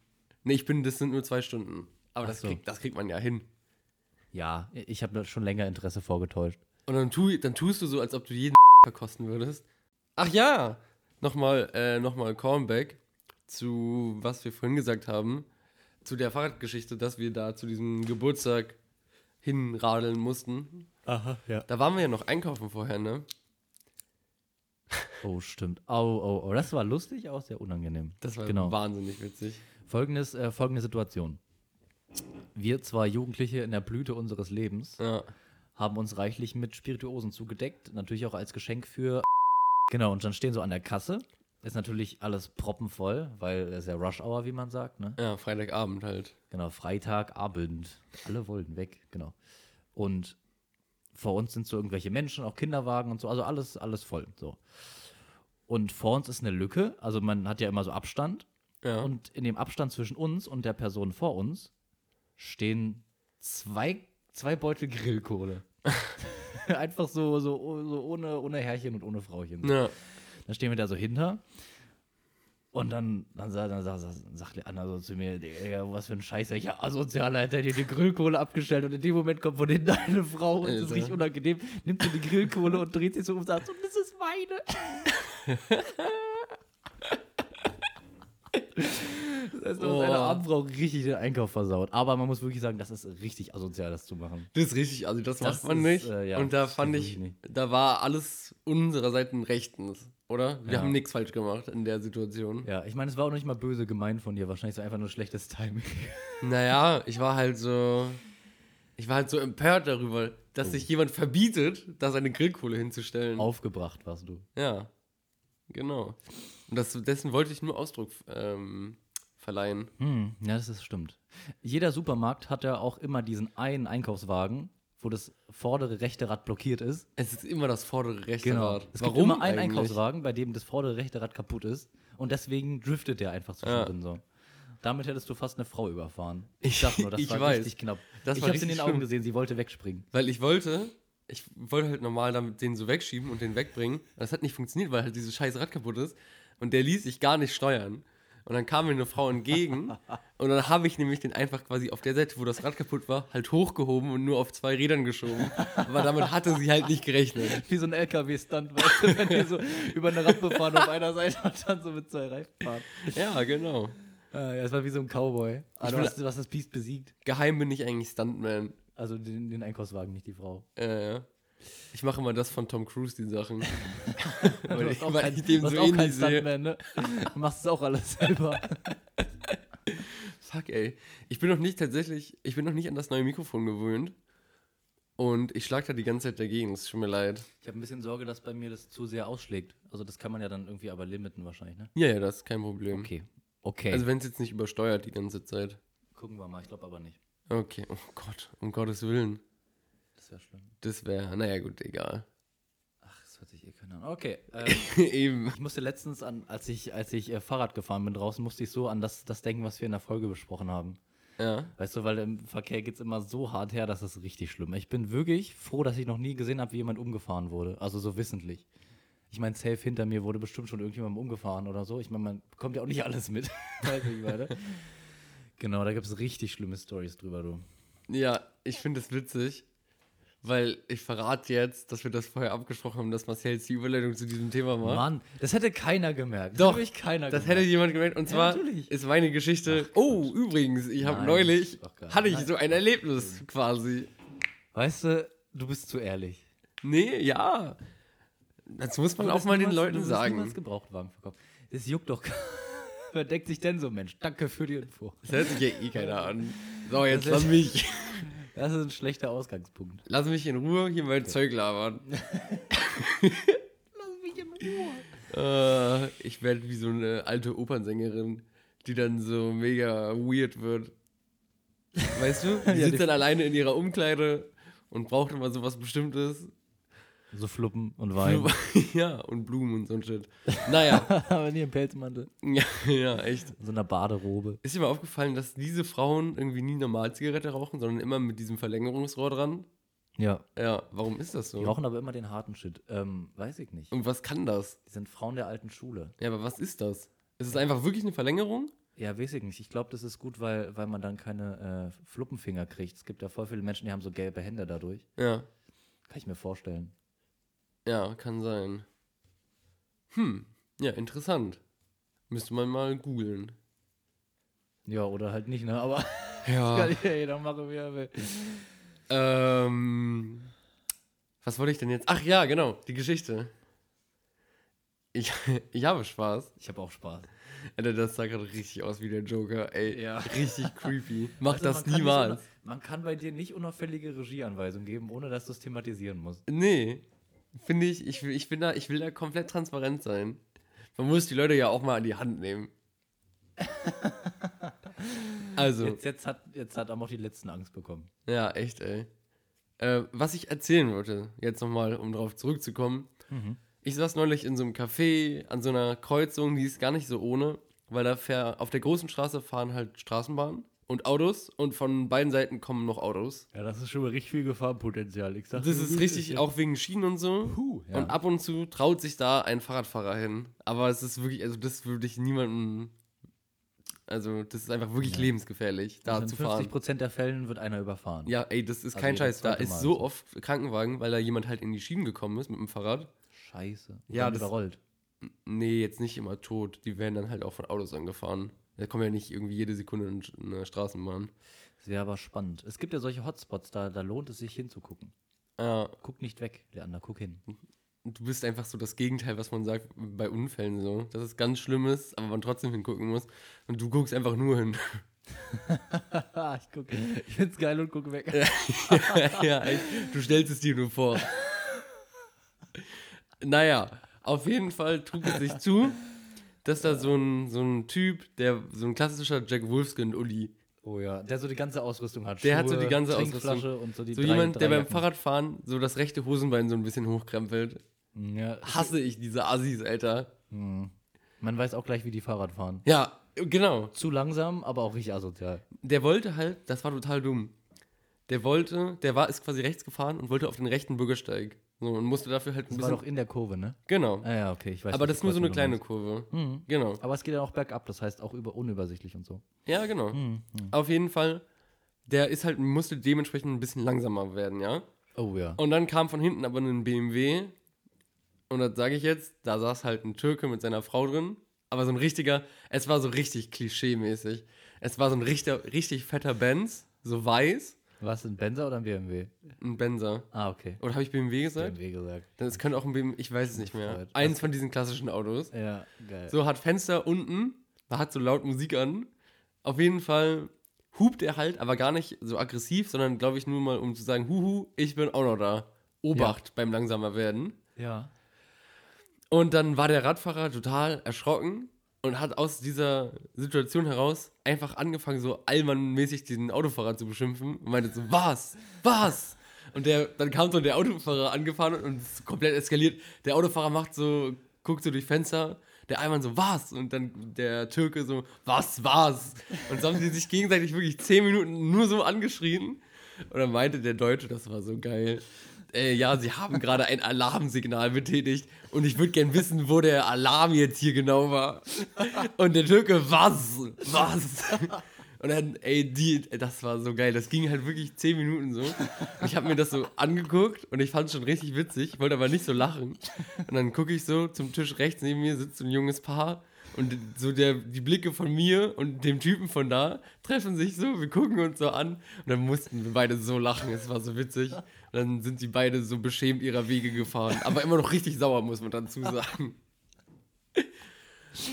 S2: Nee, ich bin, das sind nur zwei Stunden. Aber
S1: Ach
S2: das,
S1: so.
S2: kriegt, das kriegt man ja hin.
S1: Ja, ich habe schon länger Interesse vorgetäuscht.
S2: Und dann, tu, dann tust du so, als ob du jeden verkosten würdest. Ach ja, nochmal äh, noch mal Comeback zu, was wir vorhin gesagt haben, zu der Fahrradgeschichte, dass wir da zu diesem Geburtstag hinradeln mussten.
S1: Aha, ja.
S2: Da waren wir ja noch einkaufen vorher, ne?
S1: Oh, stimmt. Au, oh, oh. Das war lustig, auch sehr unangenehm.
S2: Das war
S1: genau.
S2: wahnsinnig witzig.
S1: Folgendes, äh, folgende Situation. Wir zwei Jugendliche in der Blüte unseres Lebens
S2: Ja.
S1: haben uns reichlich mit Spirituosen zugedeckt, natürlich auch als Geschenk für. Genau, und dann stehen so an der Kasse. Ist natürlich alles proppenvoll, weil es ist ja Rush Hour, wie man sagt, ne?
S2: ja, Freitagabend halt.
S1: Genau, Freitagabend. Alle wollten weg, genau. Und vor uns sind so irgendwelche Menschen, auch Kinderwagen und so, also alles, alles voll. So. Und vor uns ist eine Lücke, also man hat ja immer so Abstand.
S2: Ja.
S1: Und in dem Abstand zwischen uns und der Person vor uns stehen zwei, zwei Beutel Grillkohle. Einfach so, so, so ohne, ohne Herrchen und ohne Frauchen.
S2: ja.
S1: Dann stehen wir da so hinter. Und dann, dann, sa- dann, sa- sa- sagt der Anna so zu mir, Digga, was für ein Scheiß, welcher Asozialer hat der dir die Grillkohle abgestellt und in dem Moment kommt von hinten eine Frau und es ist
S2: Alter.
S1: richtig unangenehm, nimmt so die Grillkohle und dreht sich so um und sagt so, das ist meine. das ist
S2: Oh.
S1: eine Abendfrau richtig den Einkauf versaut. Aber man muss wirklich sagen, das ist richtig asozial, das zu machen.
S2: Das ist richtig, also das,
S1: Das
S2: macht man
S1: ist,
S2: nicht.
S1: äh, ja,
S2: Und da
S1: das
S2: fand
S1: stimmt
S2: ich,
S1: wirklich
S2: da war alles unserer Seiten rechtens, oder? Wir
S1: Ja.
S2: haben nichts falsch gemacht in der Situation.
S1: Ja, ich meine, es war auch nicht mal böse gemeint von dir, wahrscheinlich so einfach nur schlechtes Timing.
S2: Naja, ich war halt so. Ich war halt so empört darüber,
S1: Oh.
S2: dass sich jemand verbietet, da seine Grillkohle hinzustellen.
S1: Aufgebracht warst du.
S2: Ja. Genau. Und das, dessen wollte ich nur Ausdruck ähm, verleihen.
S1: Hm, ja, das ist stimmt. Jeder Supermarkt hat ja auch immer diesen einen Einkaufswagen, wo das vordere rechte Rad blockiert ist.
S2: Es ist immer das vordere rechte Rad.
S1: Genau. Es gibt immer einen Einkaufswagen, bei dem das vordere rechte Rad kaputt ist und deswegen driftet der einfach zwischendrin so. Damit hättest du fast eine Frau überfahren. Ich sag nur, das
S2: Ich
S1: war
S2: weiß.
S1: richtig knapp.
S2: Das
S1: ich
S2: war
S1: hab's in
S2: richtig
S1: den Augen
S2: schlimm.
S1: gesehen, sie wollte wegspringen.
S2: Weil ich wollte, ich wollte halt normal damit den so wegschieben und den wegbringen. Das hat nicht funktioniert, weil halt dieses scheiß Rad kaputt ist. Und der ließ sich gar nicht steuern. Und dann kam mir eine Frau entgegen. und dann habe ich nämlich den einfach quasi auf der Seite, wo das Rad kaputt war, halt hochgehoben und nur auf zwei Rädern geschoben. Aber damit hatte sie halt nicht gerechnet.
S1: Wie so ein LKW-Stunt, weißt du, wenn die so über eine Rampe fahren auf einer Seite und dann so mit zwei Reifen fahren.
S2: Ja, genau.
S1: Äh, ja, es war wie so ein Cowboy. Ah,
S2: Ich
S1: du
S2: will-
S1: hast, du hast das Biest besiegt.
S2: Geheim bin ich eigentlich Stuntman.
S1: Also den, den Einkaufswagen, nicht die Frau.
S2: Äh, ich mache immer das von Tom Cruise, die Sachen.
S1: Du
S2: weil
S1: hast auch
S2: weil
S1: kein,
S2: ich dem
S1: du hast
S2: so
S1: auch kein
S2: ähnlich sehe.
S1: Stuntman, ne? Du machst es auch alles selber.
S2: Fuck, ey. Ich bin noch nicht tatsächlich, ich bin noch nicht an das neue Mikrofon gewöhnt. Und ich schlag da die ganze Zeit dagegen, es tut mir leid.
S1: Ich habe ein bisschen Sorge, dass bei mir das zu sehr ausschlägt. Also das kann man ja dann irgendwie aber limiten wahrscheinlich, ne?
S2: Ja, ja, das ist kein Problem.
S1: Okay. Okay.
S2: Also wenn es jetzt nicht übersteuert die ganze Zeit.
S1: Gucken wir mal, ich glaube aber nicht.
S2: Okay, oh Gott, um Gottes Willen.
S1: Das wäre schlimm.
S2: Das wäre, naja gut, egal.
S1: Ach, das hört sich eh keiner an. Okay. Ähm,
S2: Eben.
S1: ich musste letztens an, als ich, als ich äh, Fahrrad gefahren bin draußen, musste ich so an das, das denken, was wir in der Folge besprochen haben.
S2: Ja.
S1: Weißt du, weil im Verkehr geht es immer so hart her, das ist richtig schlimm. Ich bin wirklich froh, dass ich noch nie gesehen habe, wie jemand umgefahren wurde. Also so wissentlich. Ich meine, safe hinter mir wurde bestimmt schon irgendjemand umgefahren oder so. Ich meine, man bekommt ja auch nicht alles mit. Weiß ich meine. Genau, da gibt es richtig schlimme Stories drüber, du.
S2: Ja, ich finde es witzig, weil ich verrate jetzt, dass wir das vorher abgesprochen haben, dass Marcel jetzt die Überleitung zu diesem Thema macht.
S1: Mann, das hätte keiner gemerkt.
S2: Doch,
S1: das hätte keiner
S2: Das
S1: gemerkt.
S2: hätte jemand gemerkt. Und zwar
S1: natürlich.
S2: ist meine Geschichte. oh, übrigens, ich habe
S1: Nein,
S2: neulich
S1: ist doch gar-
S2: hatte ich
S1: Nein.
S2: so ein Erlebnis quasi.
S1: Weißt du, du bist zu ehrlich.
S2: Nee, ja. Das muss man
S1: Du
S2: auch
S1: wirst
S2: mal den
S1: niemals- du
S2: Leuten
S1: wirst
S2: sagen.
S1: niemals Gebrauchtwagen verkauft. Das juckt doch. keinen. Wer denkt sich denn so, Mensch? Danke für die Info.
S2: Das hört sich ja eh keiner an. So, jetzt
S1: Das
S2: lass
S1: ist-
S2: mich.
S1: Das ist ein schlechter Ausgangspunkt.
S2: Lass mich in Ruhe hier mein Zeug labern.
S1: Lass mich in Ruhe.
S2: Äh, ich werde wie so eine alte Opernsängerin, die dann so mega weird wird. Weißt du? Die
S1: Ja, die-
S2: sitzt dann alleine in ihrer Umkleide und braucht immer so was Bestimmtes.
S1: So Fluppen und Wein.
S2: Ja, und Blumen und so ein Shit. Naja.
S1: Aber nie im Pelzmantel.
S2: Ja, ja, echt.
S1: In so einer Baderobe.
S2: Ist dir mal aufgefallen, dass diese Frauen irgendwie nie normal Zigarette rauchen, sondern immer mit diesem Verlängerungsrohr dran?
S1: Ja.
S2: Ja, warum ist das
S1: Die
S2: so?
S1: rauchen aber immer den harten Shit. Ähm, weiß ich nicht.
S2: Und was kann das?
S1: Die sind Frauen der alten Schule.
S2: Ja, aber was ist das? Ist es einfach wirklich eine Verlängerung?
S1: Ja, weiß ich nicht. Ich glaube, das ist gut, weil, weil man dann keine äh, Fluppenfinger kriegt. Es gibt ja voll viele Menschen, die haben so gelbe Hände dadurch.
S2: Ja,
S1: Kann ich mir vorstellen.
S2: ja, kann sein. Hm, ja, interessant. Müsste man mal googeln.
S1: Ja, oder halt nicht, ne? Aber
S2: Ja.
S1: kann ja jeder machen, äh, wie er will.
S2: Ähm, was wollte ich denn jetzt? Ach ja, genau, die Geschichte. Ich, ich habe Spaß.
S1: Ich habe auch Spaß.
S2: Alter, das sah gerade richtig aus wie der Joker, ey.
S1: Ja.
S2: Richtig creepy. Mach
S1: Also,
S2: das
S1: man kann nicht
S2: niemals.
S1: unau- Man kann bei dir nicht unauffällige Regieanweisungen geben, ohne dass du es thematisieren musst.
S2: Nee. Finde ich, ich, will- ich, bin da, ich will da komplett transparent sein. Man muss die Leute ja auch mal an die Hand nehmen. Also,
S1: Jetzt, jetzt, hat, jetzt hat Amok die letzten Angst bekommen.
S2: ja, echt, ey. Äh, was ich erzählen wollte, jetzt nochmal, um drauf zurückzukommen. Ich saß neulich in so einem Café an so einer Kreuzung, die ist gar nicht so ohne, weil da fähr, auf der großen Straße fahren halt Straßenbahnen und Autos und von beiden Seiten kommen noch Autos.
S1: Ja, das ist schon mal richtig viel Gefahrenpotenzial. Ich sag,
S2: Das ist richtig, auch wegen Schienen und so.
S1: Puh, ja.
S2: Und ab und zu traut sich da ein Fahrradfahrer hin. Aber es ist wirklich, also das würde ich niemandem. Also, das ist einfach wirklich lebensgefährlich, da
S1: Also in
S2: zu fahren.
S1: 50% der Fällen wird einer überfahren.
S2: Ja, ey, das ist
S1: Also
S2: kein
S1: jedes
S2: Scheiß. Da
S1: zweite
S2: ist
S1: Mal
S2: so
S1: so.
S2: oft Krankenwagen, weil da jemand halt in die Schienen gekommen ist mit dem Fahrrad.
S1: Scheiße.
S2: Ja,
S1: Dann
S2: das-
S1: überrollt.
S2: Nee, jetzt nicht immer tot. Die werden dann halt auch von Autos angefahren. Da kommen ja nicht irgendwie jede Sekunde ein- eine Straßenbahn.
S1: Das wäre aber spannend. Es gibt ja solche Hotspots, da, da lohnt es sich hinzugucken.
S2: Ja,
S1: Guck nicht weg, Leander, guck hin.
S2: du bist einfach so das Gegenteil, was man sagt bei Unfällen so. Dass es ganz schlimm ist, aber man trotzdem hingucken muss. Und du guckst einfach nur hin. Ah,
S1: ich gucke. Ich find's geil und gucke weg.
S2: ja, echt. du stellst es dir nur vor. Naja, auf jeden Fall trug es sich zu, dass da so ein, so ein Typ, der so ein klassischer Jack Wolfskin-Uli,
S1: Oh ja, der so die ganze Ausrüstung hat.
S2: Der hat so die ganze
S1: Trinkflasche und so die
S2: so
S1: drei-
S2: jemand, der
S1: drei
S2: beim
S1: Jacken.
S2: Fahrradfahren so das rechte Hosenbein so ein bisschen hochkrempelt.
S1: Mm, Ja,
S2: Hasse ich diese Assis, Alter.
S1: man weiß auch gleich, wie die Fahrrad fahren.
S2: Ja, genau.
S1: Zu langsam, aber auch richtig asozial.
S2: Der wollte halt, das war total dumm. der wollte, der war, ist quasi rechts gefahren und wollte auf den rechten Bürgersteig. So, und musste dafür halt ein
S1: Das war
S2: bisschen.
S1: doch in der Kurve, ne?
S2: genau.
S1: Ah ja, okay, ich weiß
S2: Aber das ist nur so eine kleine
S1: Kurve.
S2: Kurve.
S1: Mhm.
S2: Genau.
S1: Aber es geht dann auch bergab, das heißt auch über unübersichtlich und so.
S2: Ja, genau.
S1: Mhm. mhm.
S2: Auf jeden Fall, der ist halt, musste dementsprechend ein bisschen langsamer werden, ja.
S1: Oh ja.
S2: Und dann kam von hinten aber ein BMW. Und das sage ich jetzt, da saß halt ein Türke mit seiner Frau drin. Aber so ein richtiger, es war so richtig klischee-mäßig. Es war so ein richter, richtig fetter Benz, so weiß,
S1: Was, ein Benzer oder ein BMW?
S2: ein Benzer.
S1: Ah, okay.
S2: Oder habe ich BMW gesagt?
S1: BMW gesagt.
S2: Das könnte auch ein BMW, ich weiß es nicht mehr.
S1: Freut.
S2: Eins von diesen klassischen Autos.
S1: Ja, geil.
S2: So hat Fenster unten, da hat so laut Musik an. Auf jeden Fall hupt er halt, aber gar nicht so aggressiv, sondern glaube ich nur mal, um zu sagen, huhu, ich bin auch noch da. Obacht beim langsamer werden.
S1: Ja.
S2: Und dann war der Radfahrer total erschrocken und hat aus dieser Situation heraus einfach angefangen, so allmannmäßig den Autofahrer zu beschimpfen und meinte so, was? Was? Und der, dann kam so der Autofahrer angefahren und es ist komplett eskaliert. Der Autofahrer macht so, guckt so durch Fenster, der Allmann so, was? Und dann der Türke so, was, was? Und so haben sie sich gegenseitig wirklich zehn Minuten nur so angeschrien. Und dann meinte der Deutsche, das war so geil. Äh, ja, sie haben gerade ein Alarmsignal betätigt und ich würde gern wissen, wo der Alarm jetzt hier genau war. Und der Türke, was? Was? Und dann, ey, die, das war so geil. Das ging halt wirklich zehn Minuten so. Und ich habe mir das so angeguckt und ich fand es schon richtig witzig, wollte aber nicht so lachen. Und dann gucke ich so zum Tisch rechts neben mir sitzt so ein junges Paar und so der, die Blicke von mir und dem Typen von da treffen sich so, wir gucken uns so an und dann mussten wir beide so lachen, es war so witzig. Und dann sind sie beide so beschämt ihrer Wege gefahren, aber immer noch richtig sauer, muss man dazu sagen.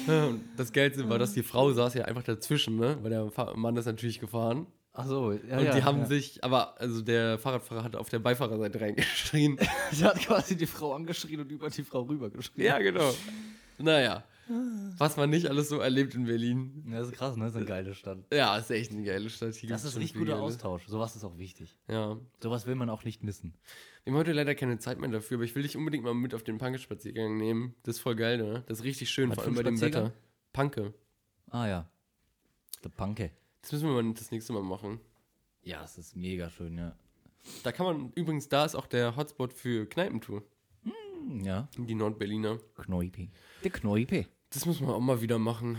S2: Ja, und Das Geilste war, dass die Frau saß ja einfach dazwischen, ne? weil der Fa- Mann ist natürlich gefahren.
S1: Ach so, ja,
S2: und
S1: Ah ja,
S2: die haben
S1: ja.
S2: sich, aber also der Fahrradfahrer hat auf der Beifahrerseite reingeschrien.
S1: Sie hat quasi die Frau angeschrien und über die Frau rübergeschrien.
S2: ja, genau. Naja, was man nicht alles so erlebt in Berlin.
S1: Ja, Das ist krass, ne? Das ist eine geile Stadt.
S2: Ja, ist echt eine geile Stadt. Hier
S1: Das
S2: gibt's
S1: ist
S2: schon
S1: richtig
S2: viel
S1: guter
S2: Geiles.
S1: Austausch. Sowas ist auch wichtig.
S2: Ja.
S1: Sowas will man auch nicht missen.
S2: Wir haben heute leider keine Zeit mehr dafür, aber ich will dich unbedingt mal mit auf den Panke-Spaziergang nehmen. Das ist voll geil, ne? Das ist richtig schön,
S1: Was
S2: vor
S1: für
S2: allem
S1: ein
S2: bei dem Wetter.
S1: Spaziergang?
S2: Panke.
S1: Ah ja. Der Panke.
S2: Das müssen wir mal das nächste Mal machen.
S1: Ja, es ist mega schön, ja.
S2: Da kann man, übrigens, da ist auch der Hotspot für Kneipentour.
S1: Hm, Ja.
S2: Die Nordberliner.
S1: Kneipe. Der Kneipe.
S2: Das muss man auch mal wieder machen.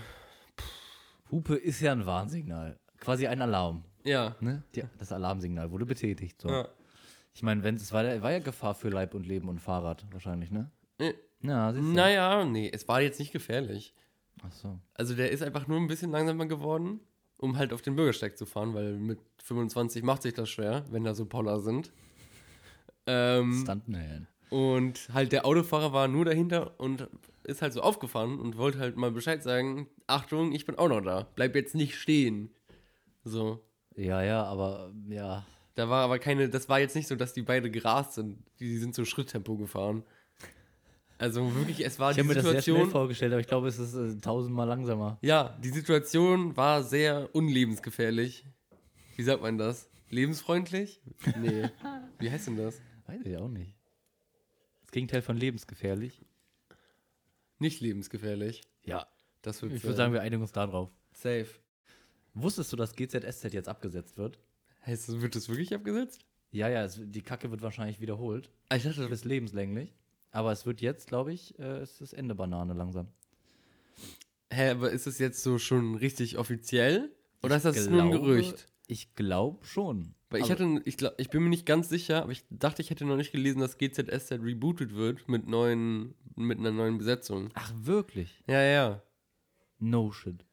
S1: Hupe ist ja ein Warnsignal. Quasi ein Alarm.
S2: Ja.
S1: Ne? Die, das Alarmsignal wurde betätigt. So.
S2: ja.
S1: Ich meine, wenn es war, ja- war ja Gefahr für Leib und Leben und Fahrrad wahrscheinlich, ne?
S2: Äh,
S1: Ja, siehst du.
S2: Naja, nee, es war jetzt nicht gefährlich.
S1: Ach so.
S2: Also der ist einfach nur ein bisschen langsamer geworden, um halt auf den Bürgersteig zu fahren, weil mit 25 macht sich das schwer, wenn da so Poller sind. Ähm,
S1: Stuntman.
S2: Und halt der Autofahrer war nur dahinter und ist halt so aufgefahren und wollte halt mal Bescheid sagen, Achtung, ich bin auch noch da, bleib jetzt nicht stehen. So.
S1: Ja, ja, aber ja.
S2: Da war aber keine, das war jetzt nicht so, dass die beide gerast sind, die sind so Schritttempo gefahren. Also wirklich, es war
S1: Ich
S2: die
S1: habe mir das sehr schnell
S2: Situation.
S1: vorgestellt, aber ich glaube, es ist äh, tausendmal langsamer.
S2: Ja, die Situation war sehr unlebensgefährlich. Wie sagt man das? Lebensfreundlich? Nee. Wie heißt denn das?
S1: Weiß ich auch nicht. Das Gegenteil von lebensgefährlich.
S2: Nicht lebensgefährlich.
S1: Ja,
S2: Das wird äh,
S1: ich würde sagen, wir einigen uns darauf.
S2: safe.
S1: Wusstest du, dass GZSZ jetzt abgesetzt wird?
S2: Heißt, das- wird das wirklich abgesetzt?
S1: Ja, ja, es, die Kacke wird wahrscheinlich wiederholt.
S2: Ah, Ich dachte,
S1: Bis lebenslänglich. Aber es wird jetzt, glaube ich, äh, es ist Ende Banane langsam.
S2: hä, aber ist das jetzt so schon richtig offiziell? Oder ist das nur ein
S1: glaube-
S2: Gerücht?
S1: Ich glaube schon. Also
S2: Weil
S1: Aber-
S2: ich hatte, ich, glaub, ich bin mir nicht ganz sicher, aber ich dachte, ich hätte noch nicht gelesen, dass GZSZ rebootet wird mit neuen, mit einer neuen Besetzung.
S1: Ach, wirklich?
S2: Ja, ja.
S1: No shit.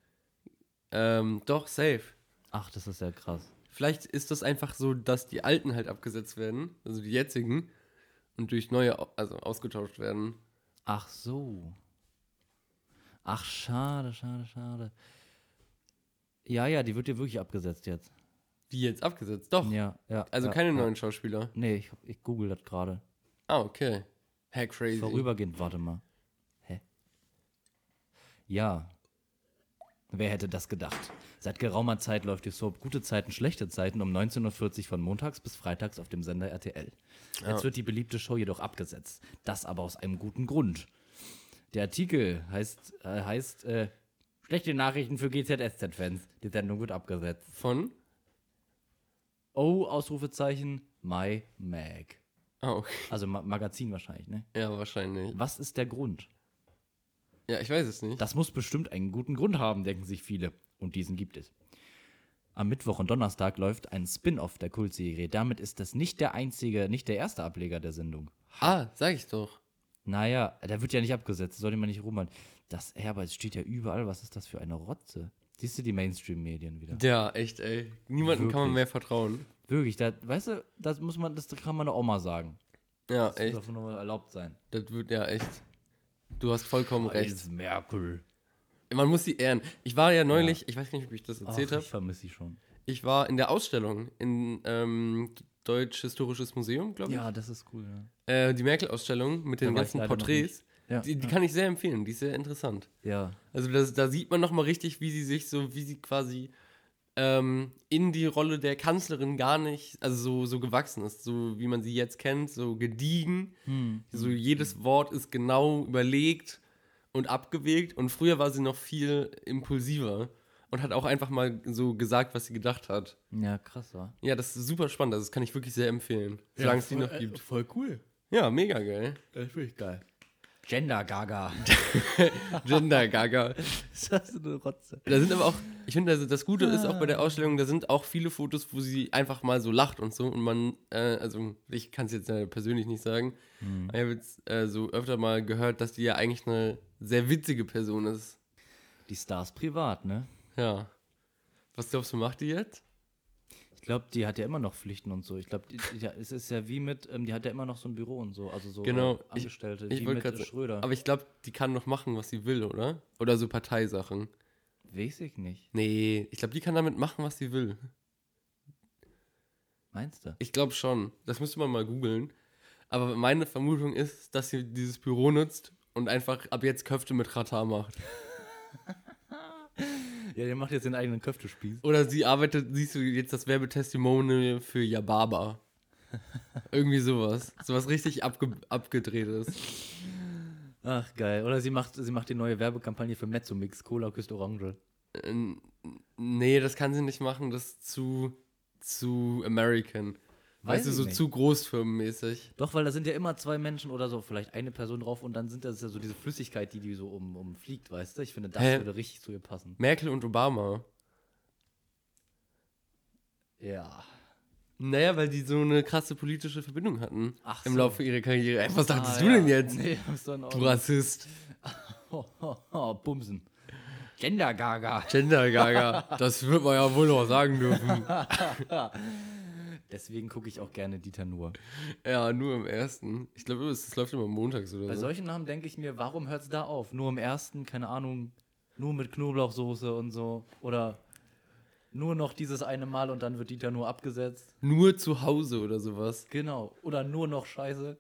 S2: Ähm, doch, safe.
S1: Ach, das ist ja krass.
S2: Vielleicht ist das einfach so, dass die alten halt abgesetzt werden, also die jetzigen, und durch neue, au- also ausgetauscht werden.
S1: Ach so. Ach, schade, schade, schade. Ja, ja, die wird dir wirklich abgesetzt jetzt.
S2: Die jetzt abgesetzt, doch.
S1: Ja, ja.
S2: Also
S1: ja,
S2: keine
S1: ja.
S2: neuen Schauspieler.
S1: Nee, ich, ich google das gerade.
S2: Ah, okay. Hä, crazy.
S1: Vorübergehend, warte mal. Hä? Ja. Wer hätte das gedacht? Seit geraumer Zeit läuft die Soap Gute Zeiten, Schlechte Zeiten um 19.40 Uhr von montags bis freitags auf dem Sender RTL. Jetzt wird die beliebte Show jedoch abgesetzt. Das aber aus einem guten Grund. Der Artikel heißt, äh, heißt äh, Schlechte Nachrichten für GZSZ-Fans. Die Sendung wird abgesetzt.
S2: Von?
S1: Oh, Ausrufezeichen, my mag.
S2: Ah, okay.
S1: Also Ma Magazin wahrscheinlich, ne?
S2: Ja, wahrscheinlich.
S1: Was ist der Grund?
S2: Ja, ich weiß es nicht.
S1: Das muss bestimmt einen guten Grund haben, denken sich viele. Und diesen gibt es. Am Mittwoch und Donnerstag läuft ein Spin-off der Kultserie. Damit ist das nicht der einzige, nicht der erste Ableger der Sendung.
S2: Ah, sag ich doch.
S1: Naja, der wird ja nicht abgesetzt, sollte man nicht rummachen. Das, ja, aber es steht ja überall, was ist das für eine Rotze? Siehst du die Mainstream-Medien wieder?
S2: Ja, echt, ey. Niemandem kann man
S1: Wirklich.
S2: mehr vertrauen.
S1: Wirklich, da, weißt du, das muss man, das kann man auch mal sagen.
S2: Ja,
S1: Das
S2: echt.
S1: darf nur mal erlaubt sein.
S2: Das wird, ja, echt. Du hast vollkommen recht.
S1: Alles Merkel.
S2: Man muss sie ehren. Ich war ja neulich, ich weiß gar nicht, ob ich das
S1: Ach,
S2: erzählt habe.
S1: ich vermisse sie schon.
S2: Ich war in der Ausstellung in ähm, Deutsch Historisches Museum, glaube ich.
S1: Ja, das ist cool. Ne?
S2: Äh, die Merkel-Ausstellung mit den
S1: Da war ich
S2: ganzen
S1: leider noch
S2: Porträts.
S1: Ja.
S2: Die, die kann ich sehr empfehlen, die ist sehr interessant.
S1: ja.
S2: Also das, da sieht man nochmal richtig, wie sie sich so, wie sie quasi ähm, in die Rolle der Kanzlerin gar nicht, also so, so gewachsen ist, so wie man sie jetzt kennt, so gediegen.
S1: Hm,
S2: So jedes Wort ist genau überlegt und abgewegt. Und früher war sie noch viel impulsiver und hat auch einfach mal so gesagt, was sie gedacht hat.
S1: Ja, krass, wa?
S2: Ja, das ist super spannend. Also das kann ich wirklich sehr empfehlen, solange es die noch gibt.
S1: Voll cool.
S2: Ja, mega geil.
S1: Das finde ich geil. Gender Gaga.
S2: Gender Gaga.
S1: ist das eine Rotze?
S2: Da sind aber auch, ich finde, also das Gute ist auch bei der Ausstellung, da sind auch viele Fotos, wo sie einfach mal so lacht und so. Und man, äh, also ich kann es jetzt äh, persönlich nicht sagen, aber ich habe jetzt äh, so öfter mal gehört, dass die ja eigentlich eine sehr witzige Person ist.
S1: Die Stars privat, ne?
S2: Ja. Was glaubst du, macht die jetzt?
S1: Ich glaube, die hat ja immer noch Pflichten und so. Ich glaube, ja, es ist ja wie mit, ähm, die hat ja immer noch so ein Büro und so. Also so
S2: Genau.
S1: äh,
S2: Ich-
S1: Angestellte,
S2: Ich
S1: wie
S2: wollte
S1: mit
S2: gerade
S1: äh, Schröder.
S2: Aber ich glaube, die kann noch machen, was sie will, oder? Oder so Parteisachen.
S1: Weiß ich nicht.
S2: Nee, ich glaube, die kann damit machen, was sie will.
S1: Meinst du?
S2: Ich glaube schon. Das müsste man mal googeln. Aber meine Vermutung ist, dass sie dieses Büro nutzt und einfach ab jetzt Köfte mit Ratar macht.
S1: Ja, der macht jetzt den eigenen Köftespieß.
S2: Oder sie arbeitet, siehst du jetzt das Werbetestimonial für Yababa. Irgendwie sowas. Sowas richtig abge abgedrehtes.
S1: Ach, geil. Oder sie macht, sie macht die neue Werbekampagne für Mezzomix, Cola küsst Orange.
S2: Ähm, nee, das kann sie nicht machen. Das ist zu, zu American.
S1: Weiß
S2: Weißt du,
S1: ich
S2: so
S1: nicht.
S2: zu großfirmenmäßig.
S1: Doch, weil da sind ja immer zwei Menschen oder so, vielleicht eine Person drauf und dann sind das ja so diese Flüssigkeit, die die so um, umfliegt, weißt du? Ich finde, das
S2: Hä?
S1: würde richtig zu ihr passen.
S2: Merkel und Obama.
S1: Ja.
S2: Naja, weil die so eine krasse politische Verbindung hatten.
S1: Ach
S2: Im
S1: so.
S2: Laufe ihrer Karriere. Ey, was dachtest
S1: Ah,
S2: du
S1: ja.
S2: denn jetzt?
S1: Nee, hab's dann auch.
S2: Du Rassist.
S1: Ho, ho, ho, Bumsen. Gender Gaga.
S2: Gender Gaga. Das wird man ja wohl noch sagen dürfen.
S1: Deswegen gucke ich auch gerne Dieter Nur.
S2: Ja, nur im ersten. Ich glaube, das das läuft immer montags oder
S1: Bei
S2: so.
S1: solchen Namen denke ich mir, warum hört's da auf? Nur im ersten, keine Ahnung, nur mit Knoblauchsoße und so. Oder nur noch dieses eine Mal und dann wird Dieter Nur abgesetzt.
S2: Nur zu Hause oder sowas.
S1: Genau. Oder nur noch Scheiße.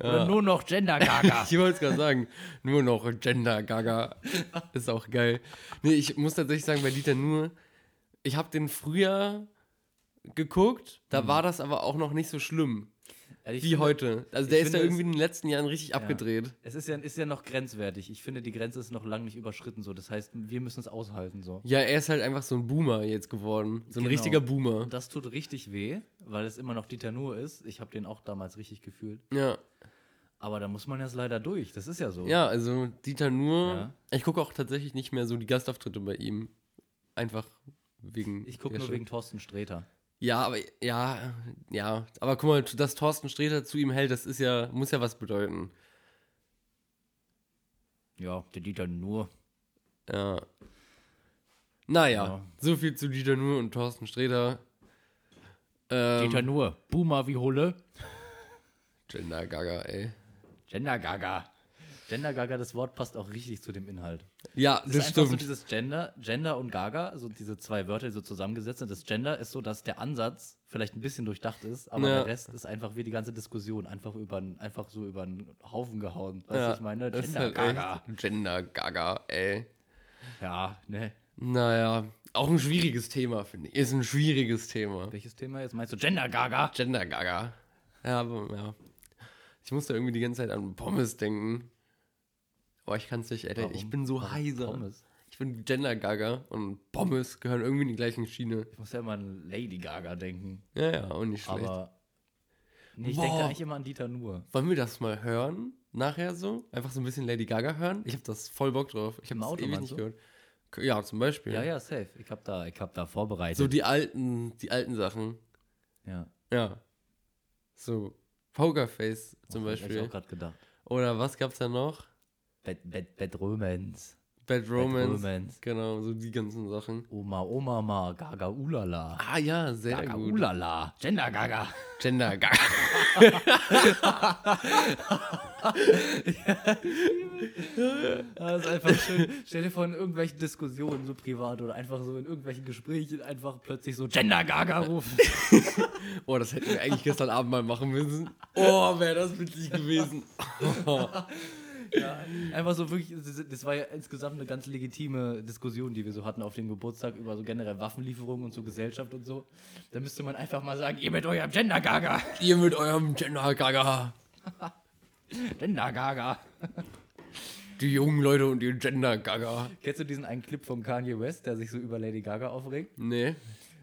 S1: Oder nur noch Gender Gaga.
S2: Ich wollte es gerade sagen. Nur noch Gender Gaga. Ist auch geil. Nee, ich muss tatsächlich sagen, bei Dieter Nur, ich habe den früher geguckt, da war das aber auch noch nicht so schlimm
S1: Ehrlich,
S2: wie heute. Also
S1: ich
S2: der ist da
S1: finde,
S2: irgendwie in den letzten Jahren richtig abgedreht.
S1: Es ist ja, ist ja noch grenzwertig. Ich finde, die Grenze ist noch lang nicht überschritten. So. Das heißt, wir müssen es aushalten. So.
S2: Ja, er ist halt einfach so ein Boomer jetzt geworden. So ein
S1: Genau.
S2: richtiger Boomer.
S1: Und das tut richtig weh, weil es immer noch Dieter Nuhr ist. Ich habe den auch damals richtig gefühlt.
S2: Ja.
S1: Aber da muss man jetzt leider durch. Das ist ja so.
S2: Ja, also Dieter Nur.
S1: Ja.
S2: Ich gucke auch tatsächlich nicht mehr so die Gastauftritte bei ihm. Einfach wegen.
S1: Ich gucke
S2: der
S1: nur
S2: Show.
S1: wegen Thorsten Sträter.
S2: Ja, aber ja, ja. Aber guck mal, dass Thorsten Sträter zu ihm hält, das ist ja, muss ja was bedeuten.
S1: Ja, der Dieter Nuhr.
S2: Ja. Naja,
S1: Ja.
S2: so viel zu Dieter Nuhr und Thorsten Sträter. Ähm,
S1: Dieter Nuhr. Boomer wie Hulle.
S2: Gender Gaga, ey.
S1: Gender Gaga. Gender Gaga, das Wort passt auch richtig zu dem Inhalt.
S2: Ja,
S1: Es
S2: das
S1: ist einfach so
S2: stimmt.
S1: dieses Gender, Gender und Gaga, so diese zwei Wörter, die so zusammengesetzt sind. Das Gender ist so, dass der Ansatz vielleicht ein bisschen durchdacht ist, aber
S2: Ja.
S1: der Rest ist einfach wie die ganze Diskussion, einfach über einfach so über einen Haufen gehauen. Weißt du,
S2: ja,
S1: ich meine?
S2: das ist
S1: Gender Gaga.
S2: Halt echt Gender Gaga, ey.
S1: Ja, ne.
S2: Naja, auch ein schwieriges Thema, finde ich. Ist ein schwieriges Thema.
S1: Welches Thema jetzt? Meinst du Gender Gaga?
S2: Gender Gaga. Ja, aber, ja. Ich musste irgendwie die ganze Zeit an Pommes denken. Boah, ich kann es nicht, Alter. Ich
S1: Warum?
S2: bin so
S1: Warum
S2: heiser.
S1: Pommes?
S2: Ich bin Gender Gaga und Pommes gehören irgendwie in die gleichen Schiene.
S1: Ich muss ja immer an Lady Gaga denken.
S2: Ja, ja, und nicht schlecht.
S1: Aber. Nee, ich
S2: Boah.
S1: denke da eigentlich immer an Dieter Nuhr.
S2: Wollen wir das mal hören? Nachher so? Einfach so ein bisschen Lady Gaga hören? Ich habe das voll Bock drauf. Ich habe
S1: Im
S2: das
S1: Auto,
S2: ewig
S1: meinst
S2: nicht
S1: du?
S2: gehört. K- Ja, zum Beispiel.
S1: Ja, ja, safe. Ich hab da, ich hab da vorbereitet.
S2: So die alten, die alten Sachen.
S1: ja.
S2: Ja. So Pokerface zum
S1: Das hab Ich
S2: Beispiel.
S1: auch gerade gedacht.
S2: Oder was gab's da noch?
S1: Bad, Bad, Bad Romance.
S2: Bad Romance.
S1: Romance.
S2: Genau, so die ganzen Sachen.
S1: Oma, Oma, Ma, Gaga, Ulala.
S2: Ah ja, sehr
S1: Gaga,
S2: gut.
S1: Ulala. Gender Gaga.
S2: Gender Gaga.
S1: Das ist einfach schön. Stell dir vor, in irgendwelchen Diskussionen, so privat oder einfach so in irgendwelchen Gesprächen, einfach plötzlich so Gender Gaga rufen.
S2: Oh, das hätten wir eigentlich gestern Abend mal machen müssen. Oh, wäre das witzig gewesen.
S1: Einfach so wirklich, das- das war ja insgesamt eine ganz legitime Diskussion, die wir so hatten auf dem Geburtstag über so generell Waffenlieferungen und so Gesellschaft und so. Da müsste man einfach mal sagen, ihr mit eurem Gender Gaga.
S2: Ihr mit eurem Gender Gaga.
S1: Gender Gaga.
S2: Die jungen Leute und ihr Gender Gaga.
S1: Kennst du diesen einen Clip von Kanye West, der sich so über Lady Gaga aufregt?
S2: Nee.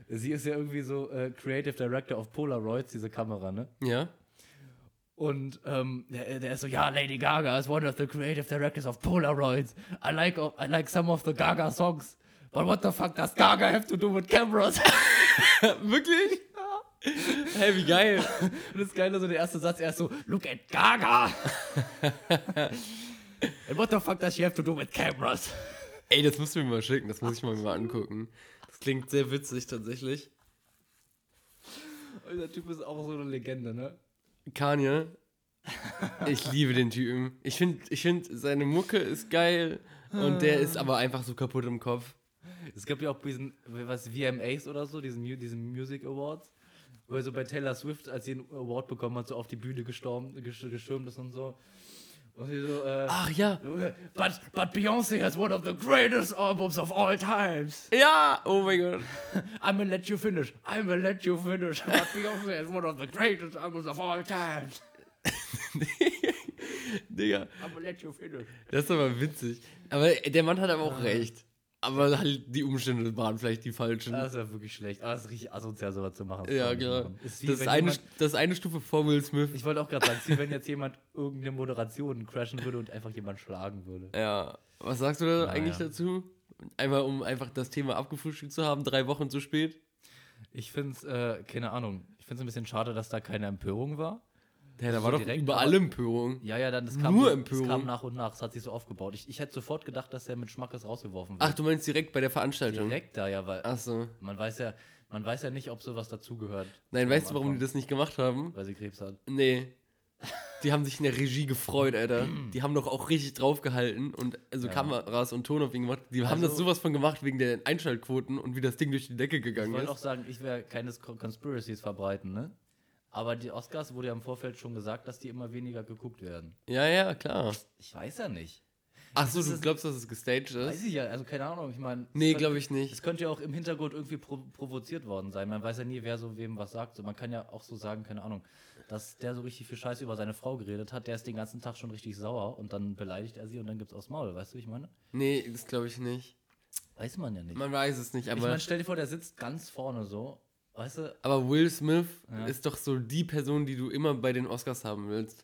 S1: Sie ist ja irgendwie so äh, Creative Director of Polaroids, diese Kamera, ne?
S2: Ja?
S1: Und ähm, der, der ist so, ja, Lady Gaga is one of the creative directors of Polaroids. I like, I like some of the Gaga songs. But what the fuck does Gaga have to do with cameras?
S2: Wirklich? Hey, wie geil.
S1: Und das Geile, so der erste Satz, er ist so, look at Gaga. And what the fuck does she have to do with cameras?
S2: Ey, das musst du mir mal schicken, das muss ich mir mal angucken. Das klingt sehr witzig tatsächlich.
S1: Dieser Typ ist auch so eine Legende, ne?
S2: Kanye, ich liebe den Typen. Ich finde, ich find, seine Mucke ist geil und der ist aber einfach so kaputt im Kopf.
S1: Es gab ja auch diesen, was, VMAs oder so, diesen, Mu- diesen Music Awards, wo er so bei Taylor Swift, als sie einen Award bekommen hat, so auf die Bühne gestorben, gesch- gestürmt ist und so. Und sie so, äh,
S2: Ach ja.
S1: But, but Beyonce has one of the greatest albums of all times.
S2: Ja, oh mein Gott.
S1: I'm gonna let you finish. I'm gonna let you finish. But Beyonce has one of the greatest albums of all times.
S2: Digga,
S1: I'm gonna let you finish.
S2: das ist aber witzig. Aber der Mann hat aber auch recht. Aber halt die Umstände waren vielleicht die falschen.
S1: Das ist ja wirklich schlecht. Aber es ist richtig asozial, sowas zu machen.
S2: ja,
S1: Das
S2: genau.
S1: Ist wie,
S2: Das ist,
S1: wenn
S2: eine,
S1: jemand,
S2: das ist eine Stufe vor Will Smith.
S1: ich wollte auch gerade sagen, es ist wie wenn jetzt jemand irgendeine Moderation crashen würde und einfach jemand schlagen würde.
S2: Ja, was sagst du da
S1: Naja.
S2: eigentlich dazu? Einmal, um einfach das Thema abgefrühstückt zu haben, drei Wochen zu spät.
S1: Ich find's, äh, keine Ahnung, ich find's ein bisschen schade, dass da keine Empörung war.
S2: Ja, da war doch
S1: direkt,
S2: überall
S1: aber-
S2: Empörung.
S1: Ja, ja, dann, das kam,
S2: Nur
S1: so,
S2: Empörung.
S1: Das kam nach und nach, es hat sich so aufgebaut. Ich, ich hätte sofort gedacht, dass er mit Schmackes rausgeworfen wird.
S2: Ach, du meinst direkt bei der Veranstaltung?
S1: Direkt da, ja, weil
S2: Ach so.
S1: man weiß ja, man weiß ja nicht, ob sowas dazugehört.
S2: Nein,
S1: Am
S2: weißt du, warum die
S1: Anfang,
S2: das nicht gemacht haben?
S1: Weil sie Krebs hat.
S2: Nee. Die haben sich in der Regie gefreut, Alter. Die haben doch auch richtig draufgehalten und also
S1: Hm. Ja.
S2: Kameras und Ton auf ihn gemacht. Die haben
S1: Also-
S2: das sowas von gemacht wegen der Einschaltquoten und wie das Ding durch die Decke
S1: Ich
S2: gegangen
S1: wollte auch
S2: ist.
S1: sagen, ich werde keine Cons- Conspiracies verbreiten, ne? Aber die Oscars wurde ja im Vorfeld schon gesagt, dass die immer weniger geguckt werden.
S2: Ja, ja, klar.
S1: Ich weiß ja nicht.
S2: Ach so,
S1: Das
S2: du
S1: ist-
S2: glaubst, dass es gestaged ist?
S1: Weiß ich ja, also keine Ahnung, ich meine.
S2: Nee, glaube ich nicht.
S1: Es könnte ja auch im Hintergrund irgendwie pro provoziert worden sein. Man weiß ja nie, wer so wem was sagt. So, man kann ja auch so sagen, keine Ahnung, dass der so richtig viel Scheiße über seine Frau geredet hat. Der ist den ganzen Tag schon richtig sauer und dann beleidigt er sie und dann gibt's aufs Maul. Weißt du, wie ich meine?
S2: Nee, das glaube ich nicht.
S1: Weiß man ja nicht.
S2: Man weiß es nicht,
S1: ich
S2: aber.
S1: meine, stell dir vor, der sitzt ganz vorne so. Weißt du?
S2: Aber Will Smith
S1: Ja.
S2: ist doch so die Person, die du immer bei den Oscars haben willst.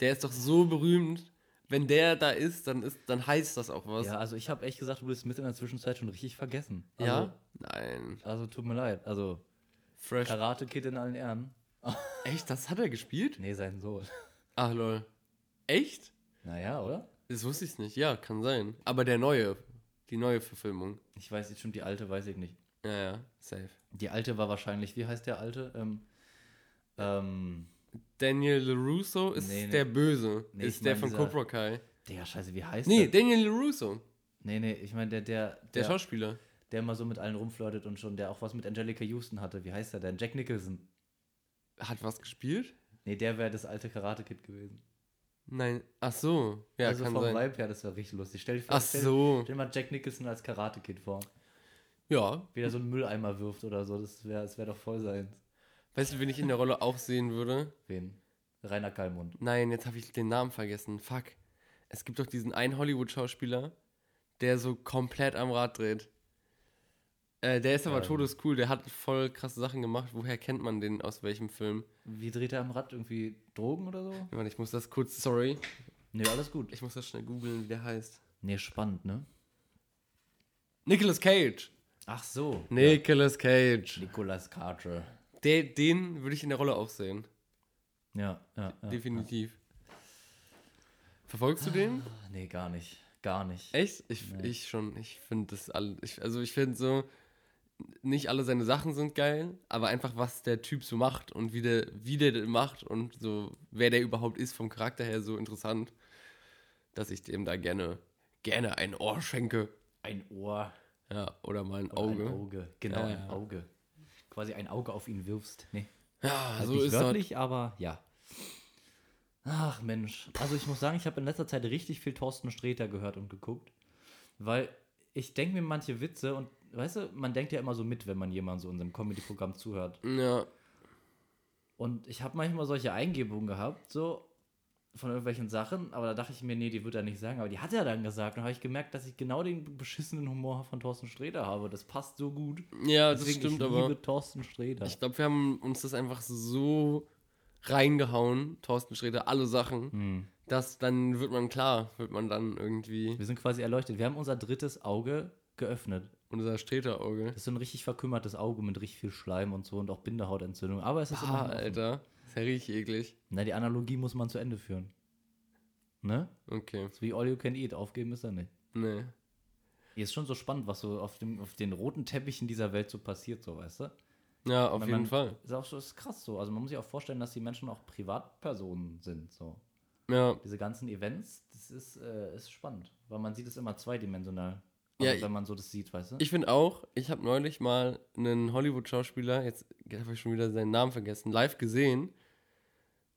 S2: Der ist doch so berühmt. Wenn der da ist, dann ist, dann heißt das auch was.
S1: Ja, also ich habe echt gesagt, Will Smith in der Zwischenzeit schon richtig vergessen. Also,
S2: Ja? Nein.
S1: Also tut mir leid. Also
S2: Fresh.
S1: Karate Kid in allen Ehren.
S2: Echt, das hat er gespielt?
S1: Nee, sein Sohn.
S2: Ach lol. Echt?
S1: Naja, oder?
S2: Das wusste ich nicht. Ja, kann sein. Aber der neue, die neue Verfilmung.
S1: Ich weiß jetzt schon, die alte weiß ich nicht.
S2: Ja, ja, safe.
S1: Die alte war wahrscheinlich, wie heißt der alte? Ähm, ähm,
S2: Daniel LaRusso ist
S1: Nee, nee.
S2: der Böse.
S1: Nee,
S2: ist
S1: ich
S2: der
S1: mein
S2: von
S1: dieser-
S2: Cobra Kai.
S1: Digga, scheiße, wie heißt
S2: Nee,
S1: der?
S2: Daniel LaRusso.
S1: Nee, nee, ich meine, der, der,
S2: Der
S1: der, der,
S2: Schauspieler.
S1: immer so mit allen rumflirtet und schon, der auch was mit Angelica Houston hatte. Wie heißt der denn? Jack Nicholson.
S2: Hat was gespielt?
S1: Nee, der wäre das alte Karate Kid gewesen.
S2: Nein. Ach so. Ja,
S1: also
S2: kann
S1: vom
S2: sein.
S1: Vibe her, das wäre richtig lustig. Stell dir, vor,
S2: Ach
S1: stell,
S2: so.
S1: stell dir mal Jack Nicholson als Karate Kid vor.
S2: Ja,
S1: Wie er so einen Mülleimer wirft oder so, das wäre das wär doch voll sein.
S2: Weißt du, wen ich in der Rolle auch sehen würde?
S1: Wen? Rainer Kallmund.
S2: Nein, jetzt habe ich den Namen vergessen. Fuck. Es gibt doch diesen einen Hollywood-Schauspieler, der so komplett am Rad dreht. Äh, der ist aber
S1: Ähm.
S2: todescool, der hat voll krasse Sachen gemacht. Woher kennt man den aus welchem Film?
S1: Wie dreht er am Rad? Irgendwie Drogen oder so?
S2: Warte, ich muss das kurz, sorry,
S1: Nee, alles gut.
S2: ich muss das schnell googeln, wie der heißt.
S1: Nee, spannend, ne?
S2: Nicolas Cage.
S1: Ach so.
S2: Nicolas Cage.
S1: Nicolas Cage.
S2: Der, den würde ich in der Rolle auch sehen.
S1: Ja, ja, ja.
S2: Definitiv. Verfolgst du den?
S1: Ah, Nee, gar nicht. Gar nicht.
S2: Echt? Ich, ich schon. Ich finde das all, ich, Also ich finde so, nicht alle seine Sachen sind geil, aber einfach was der Typ so macht und wie der, wie der das macht und so, wer der überhaupt ist vom Charakter her so interessant, dass ich dem da gerne, gerne ein Ohr schenke.
S1: Ein Ohr.
S2: Ja, oder mal ein
S1: oder
S2: Auge.
S1: Ein Auge. Genau,
S2: Ja,
S1: ein
S2: ja.
S1: Auge. Quasi ein Auge auf ihn wirfst. Nee.
S2: Ja,
S1: Also
S2: so
S1: nicht
S2: ist das.
S1: wörtlich, aber ja. Ach Mensch. Also ich muss sagen, ich habe in letzter Zeit richtig viel Thorsten Sträter gehört und geguckt. Weil ich denke mir manche Witze und weißt du, man denkt ja immer so mit, wenn man jemandem so in seinem Comedy-Programm zuhört.
S2: Ja,
S1: Und ich habe manchmal solche Eingebungen gehabt, so von irgendwelchen Sachen, aber da dachte ich mir, nee, die wird er nicht sagen, aber die hat er dann gesagt. Und dann habe ich gemerkt, dass ich genau den beschissenen Humor von Thorsten Sträter habe. Das passt so gut.
S2: ja das
S1: Deswegen,
S2: stimmt
S1: ich
S2: aber.
S1: liebe Thorsten Sträter.
S2: Ich glaube, wir haben uns das einfach so reingehauen, Thorsten Sträter, alle Sachen,
S1: Hm.
S2: dass dann wird man klar, wird man dann irgendwie
S1: Wir sind quasi erleuchtet. Wir haben unser drittes Auge geöffnet.
S2: unser Sträterauge.
S1: Das ist so ein richtig verkümmertes Auge mit richtig viel Schleim und so und auch Bindehautentzündung. Aber es ist
S2: Ah,
S1: immer. noch offen.
S2: Alter. Ist ja richtig eklig.
S1: Na, die Analogie muss man zu Ende führen. Ne?
S2: Okay.
S1: So wie All You Can Eat. Aufgeben ist er nicht.
S2: Nee.
S1: Hier ist schon so spannend, was so auf, dem, auf den roten Teppichen dieser Welt so passiert, so, weißt du?
S2: Ja, auf
S1: Wenn
S2: jeden
S1: man-
S2: Fall.
S1: Ist auch so, ist krass so. Also man muss sich auch vorstellen, dass die Menschen auch Privatpersonen sind, so.
S2: Ja.
S1: Diese ganzen Events, das ist, äh, ist spannend, weil man sieht es immer zweidimensional.
S2: Ja,
S1: Also,
S2: ich-
S1: wenn man so das sieht, weißt du?
S2: Ich finde auch, ich habe neulich mal einen Hollywood-Schauspieler, jetzt habe ich schon wieder seinen Namen vergessen, live gesehen.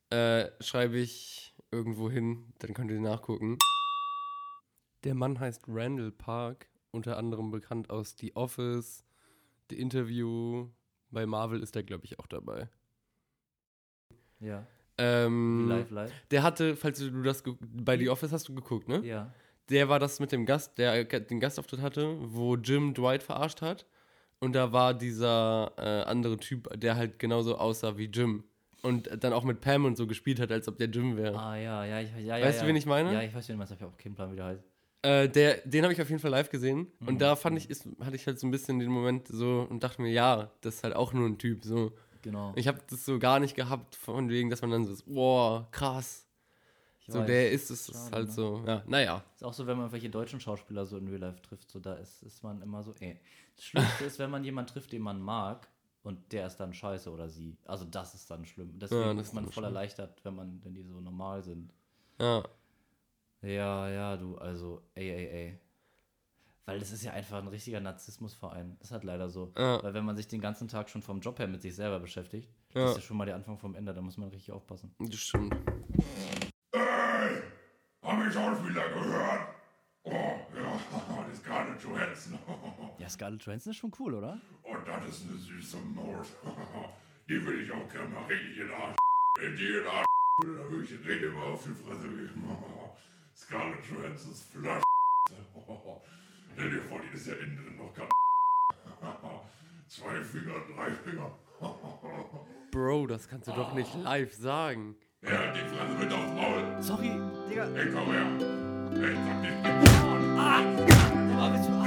S2: Äh, schreibe ich irgendwo hin, dann könnt ihr nachgucken. Der Mann heißt Randall Park, unter anderem bekannt aus The Office, The Interview. Bei Marvel ist er, glaube ich, auch dabei.
S1: ja.
S2: Ähm,
S1: Live, live.
S2: Der hatte, falls du das ge- bei The Office hast du geguckt, ne?
S1: Ja.
S2: Der war das mit dem Gast, der den Gastauftritt hatte, wo Jim Dwight verarscht hat. Und da war dieser äh, andere Typ, der halt genauso aussah wie Jim. Und dann auch mit Pam und so gespielt hat, als ob der Jim wäre.
S1: Ah, ja, ja, ich, ja, ja.
S2: Weißt du,
S1: ja.
S2: wen ich meine?
S1: Ja, ich weiß, wen du meinst. Ich habe auch keinen Plan, wie der heißt.
S2: Äh, der, den habe ich auf jeden Fall live gesehen.
S1: Mhm.
S2: Und da fand ich, ist, hatte ich halt so ein bisschen den Moment so und dachte mir, ja, das ist halt auch nur ein Typ. So.
S1: Genau.
S2: Ich habe das so gar nicht gehabt, von wegen, dass man dann so ist, boah, krass.
S1: Ich
S2: So,
S1: weiß.
S2: der ist es
S1: Schade,
S2: ist halt
S1: ne?
S2: so. Ja, naja.
S1: Ist auch so, wenn man welche deutschen Schauspieler so in Real Life trifft, so da ist, ist man immer so, ey. Das Schlimmste ist, wenn man jemanden trifft, den man mag und der ist dann scheiße oder sie. Also das ist dann schlimm. Deswegen
S2: Ja, das
S1: ist
S2: ist
S1: man
S2: dann
S1: voll
S2: schlimm.
S1: erleichtert, wenn man, wenn die so normal sind.
S2: Ja.
S1: Ja, ja, du, also, ey, ey, ey. Weil das ist ja einfach ein richtiger Narzissmusverein. Das ist halt leider so.
S2: Ja.
S1: Weil wenn man sich den ganzen Tag schon vom Job her mit sich selber beschäftigt,
S2: Ja.
S1: das ist ja schon mal der Anfang vom Ende, da muss man richtig aufpassen.
S2: Das stimmt.
S3: Hab ich auch wieder gehört. Oh, ja, das ist gar nicht zu hetzen.
S1: Ja, Scarlett Johansson ist schon cool, oder?
S3: Und das ist eine süße Maus. Die will ich auch gerne mal richtig in den Arsch. Wenn die in den Arsch will, dann will ich den Rede mal auf die Fresse geben. Scarlett Johansons Flasch. Stell dir vor, die ist ja innen drin noch ganz. Zwei Finger, drei Finger.
S2: Bro, das kannst du doch nicht live sagen.
S3: Ja, die Fresse wird aufs Maul.
S1: Sorry, Digga.
S3: Hey, komm her. Hey, sag nicht, ich bin
S1: Aber willst du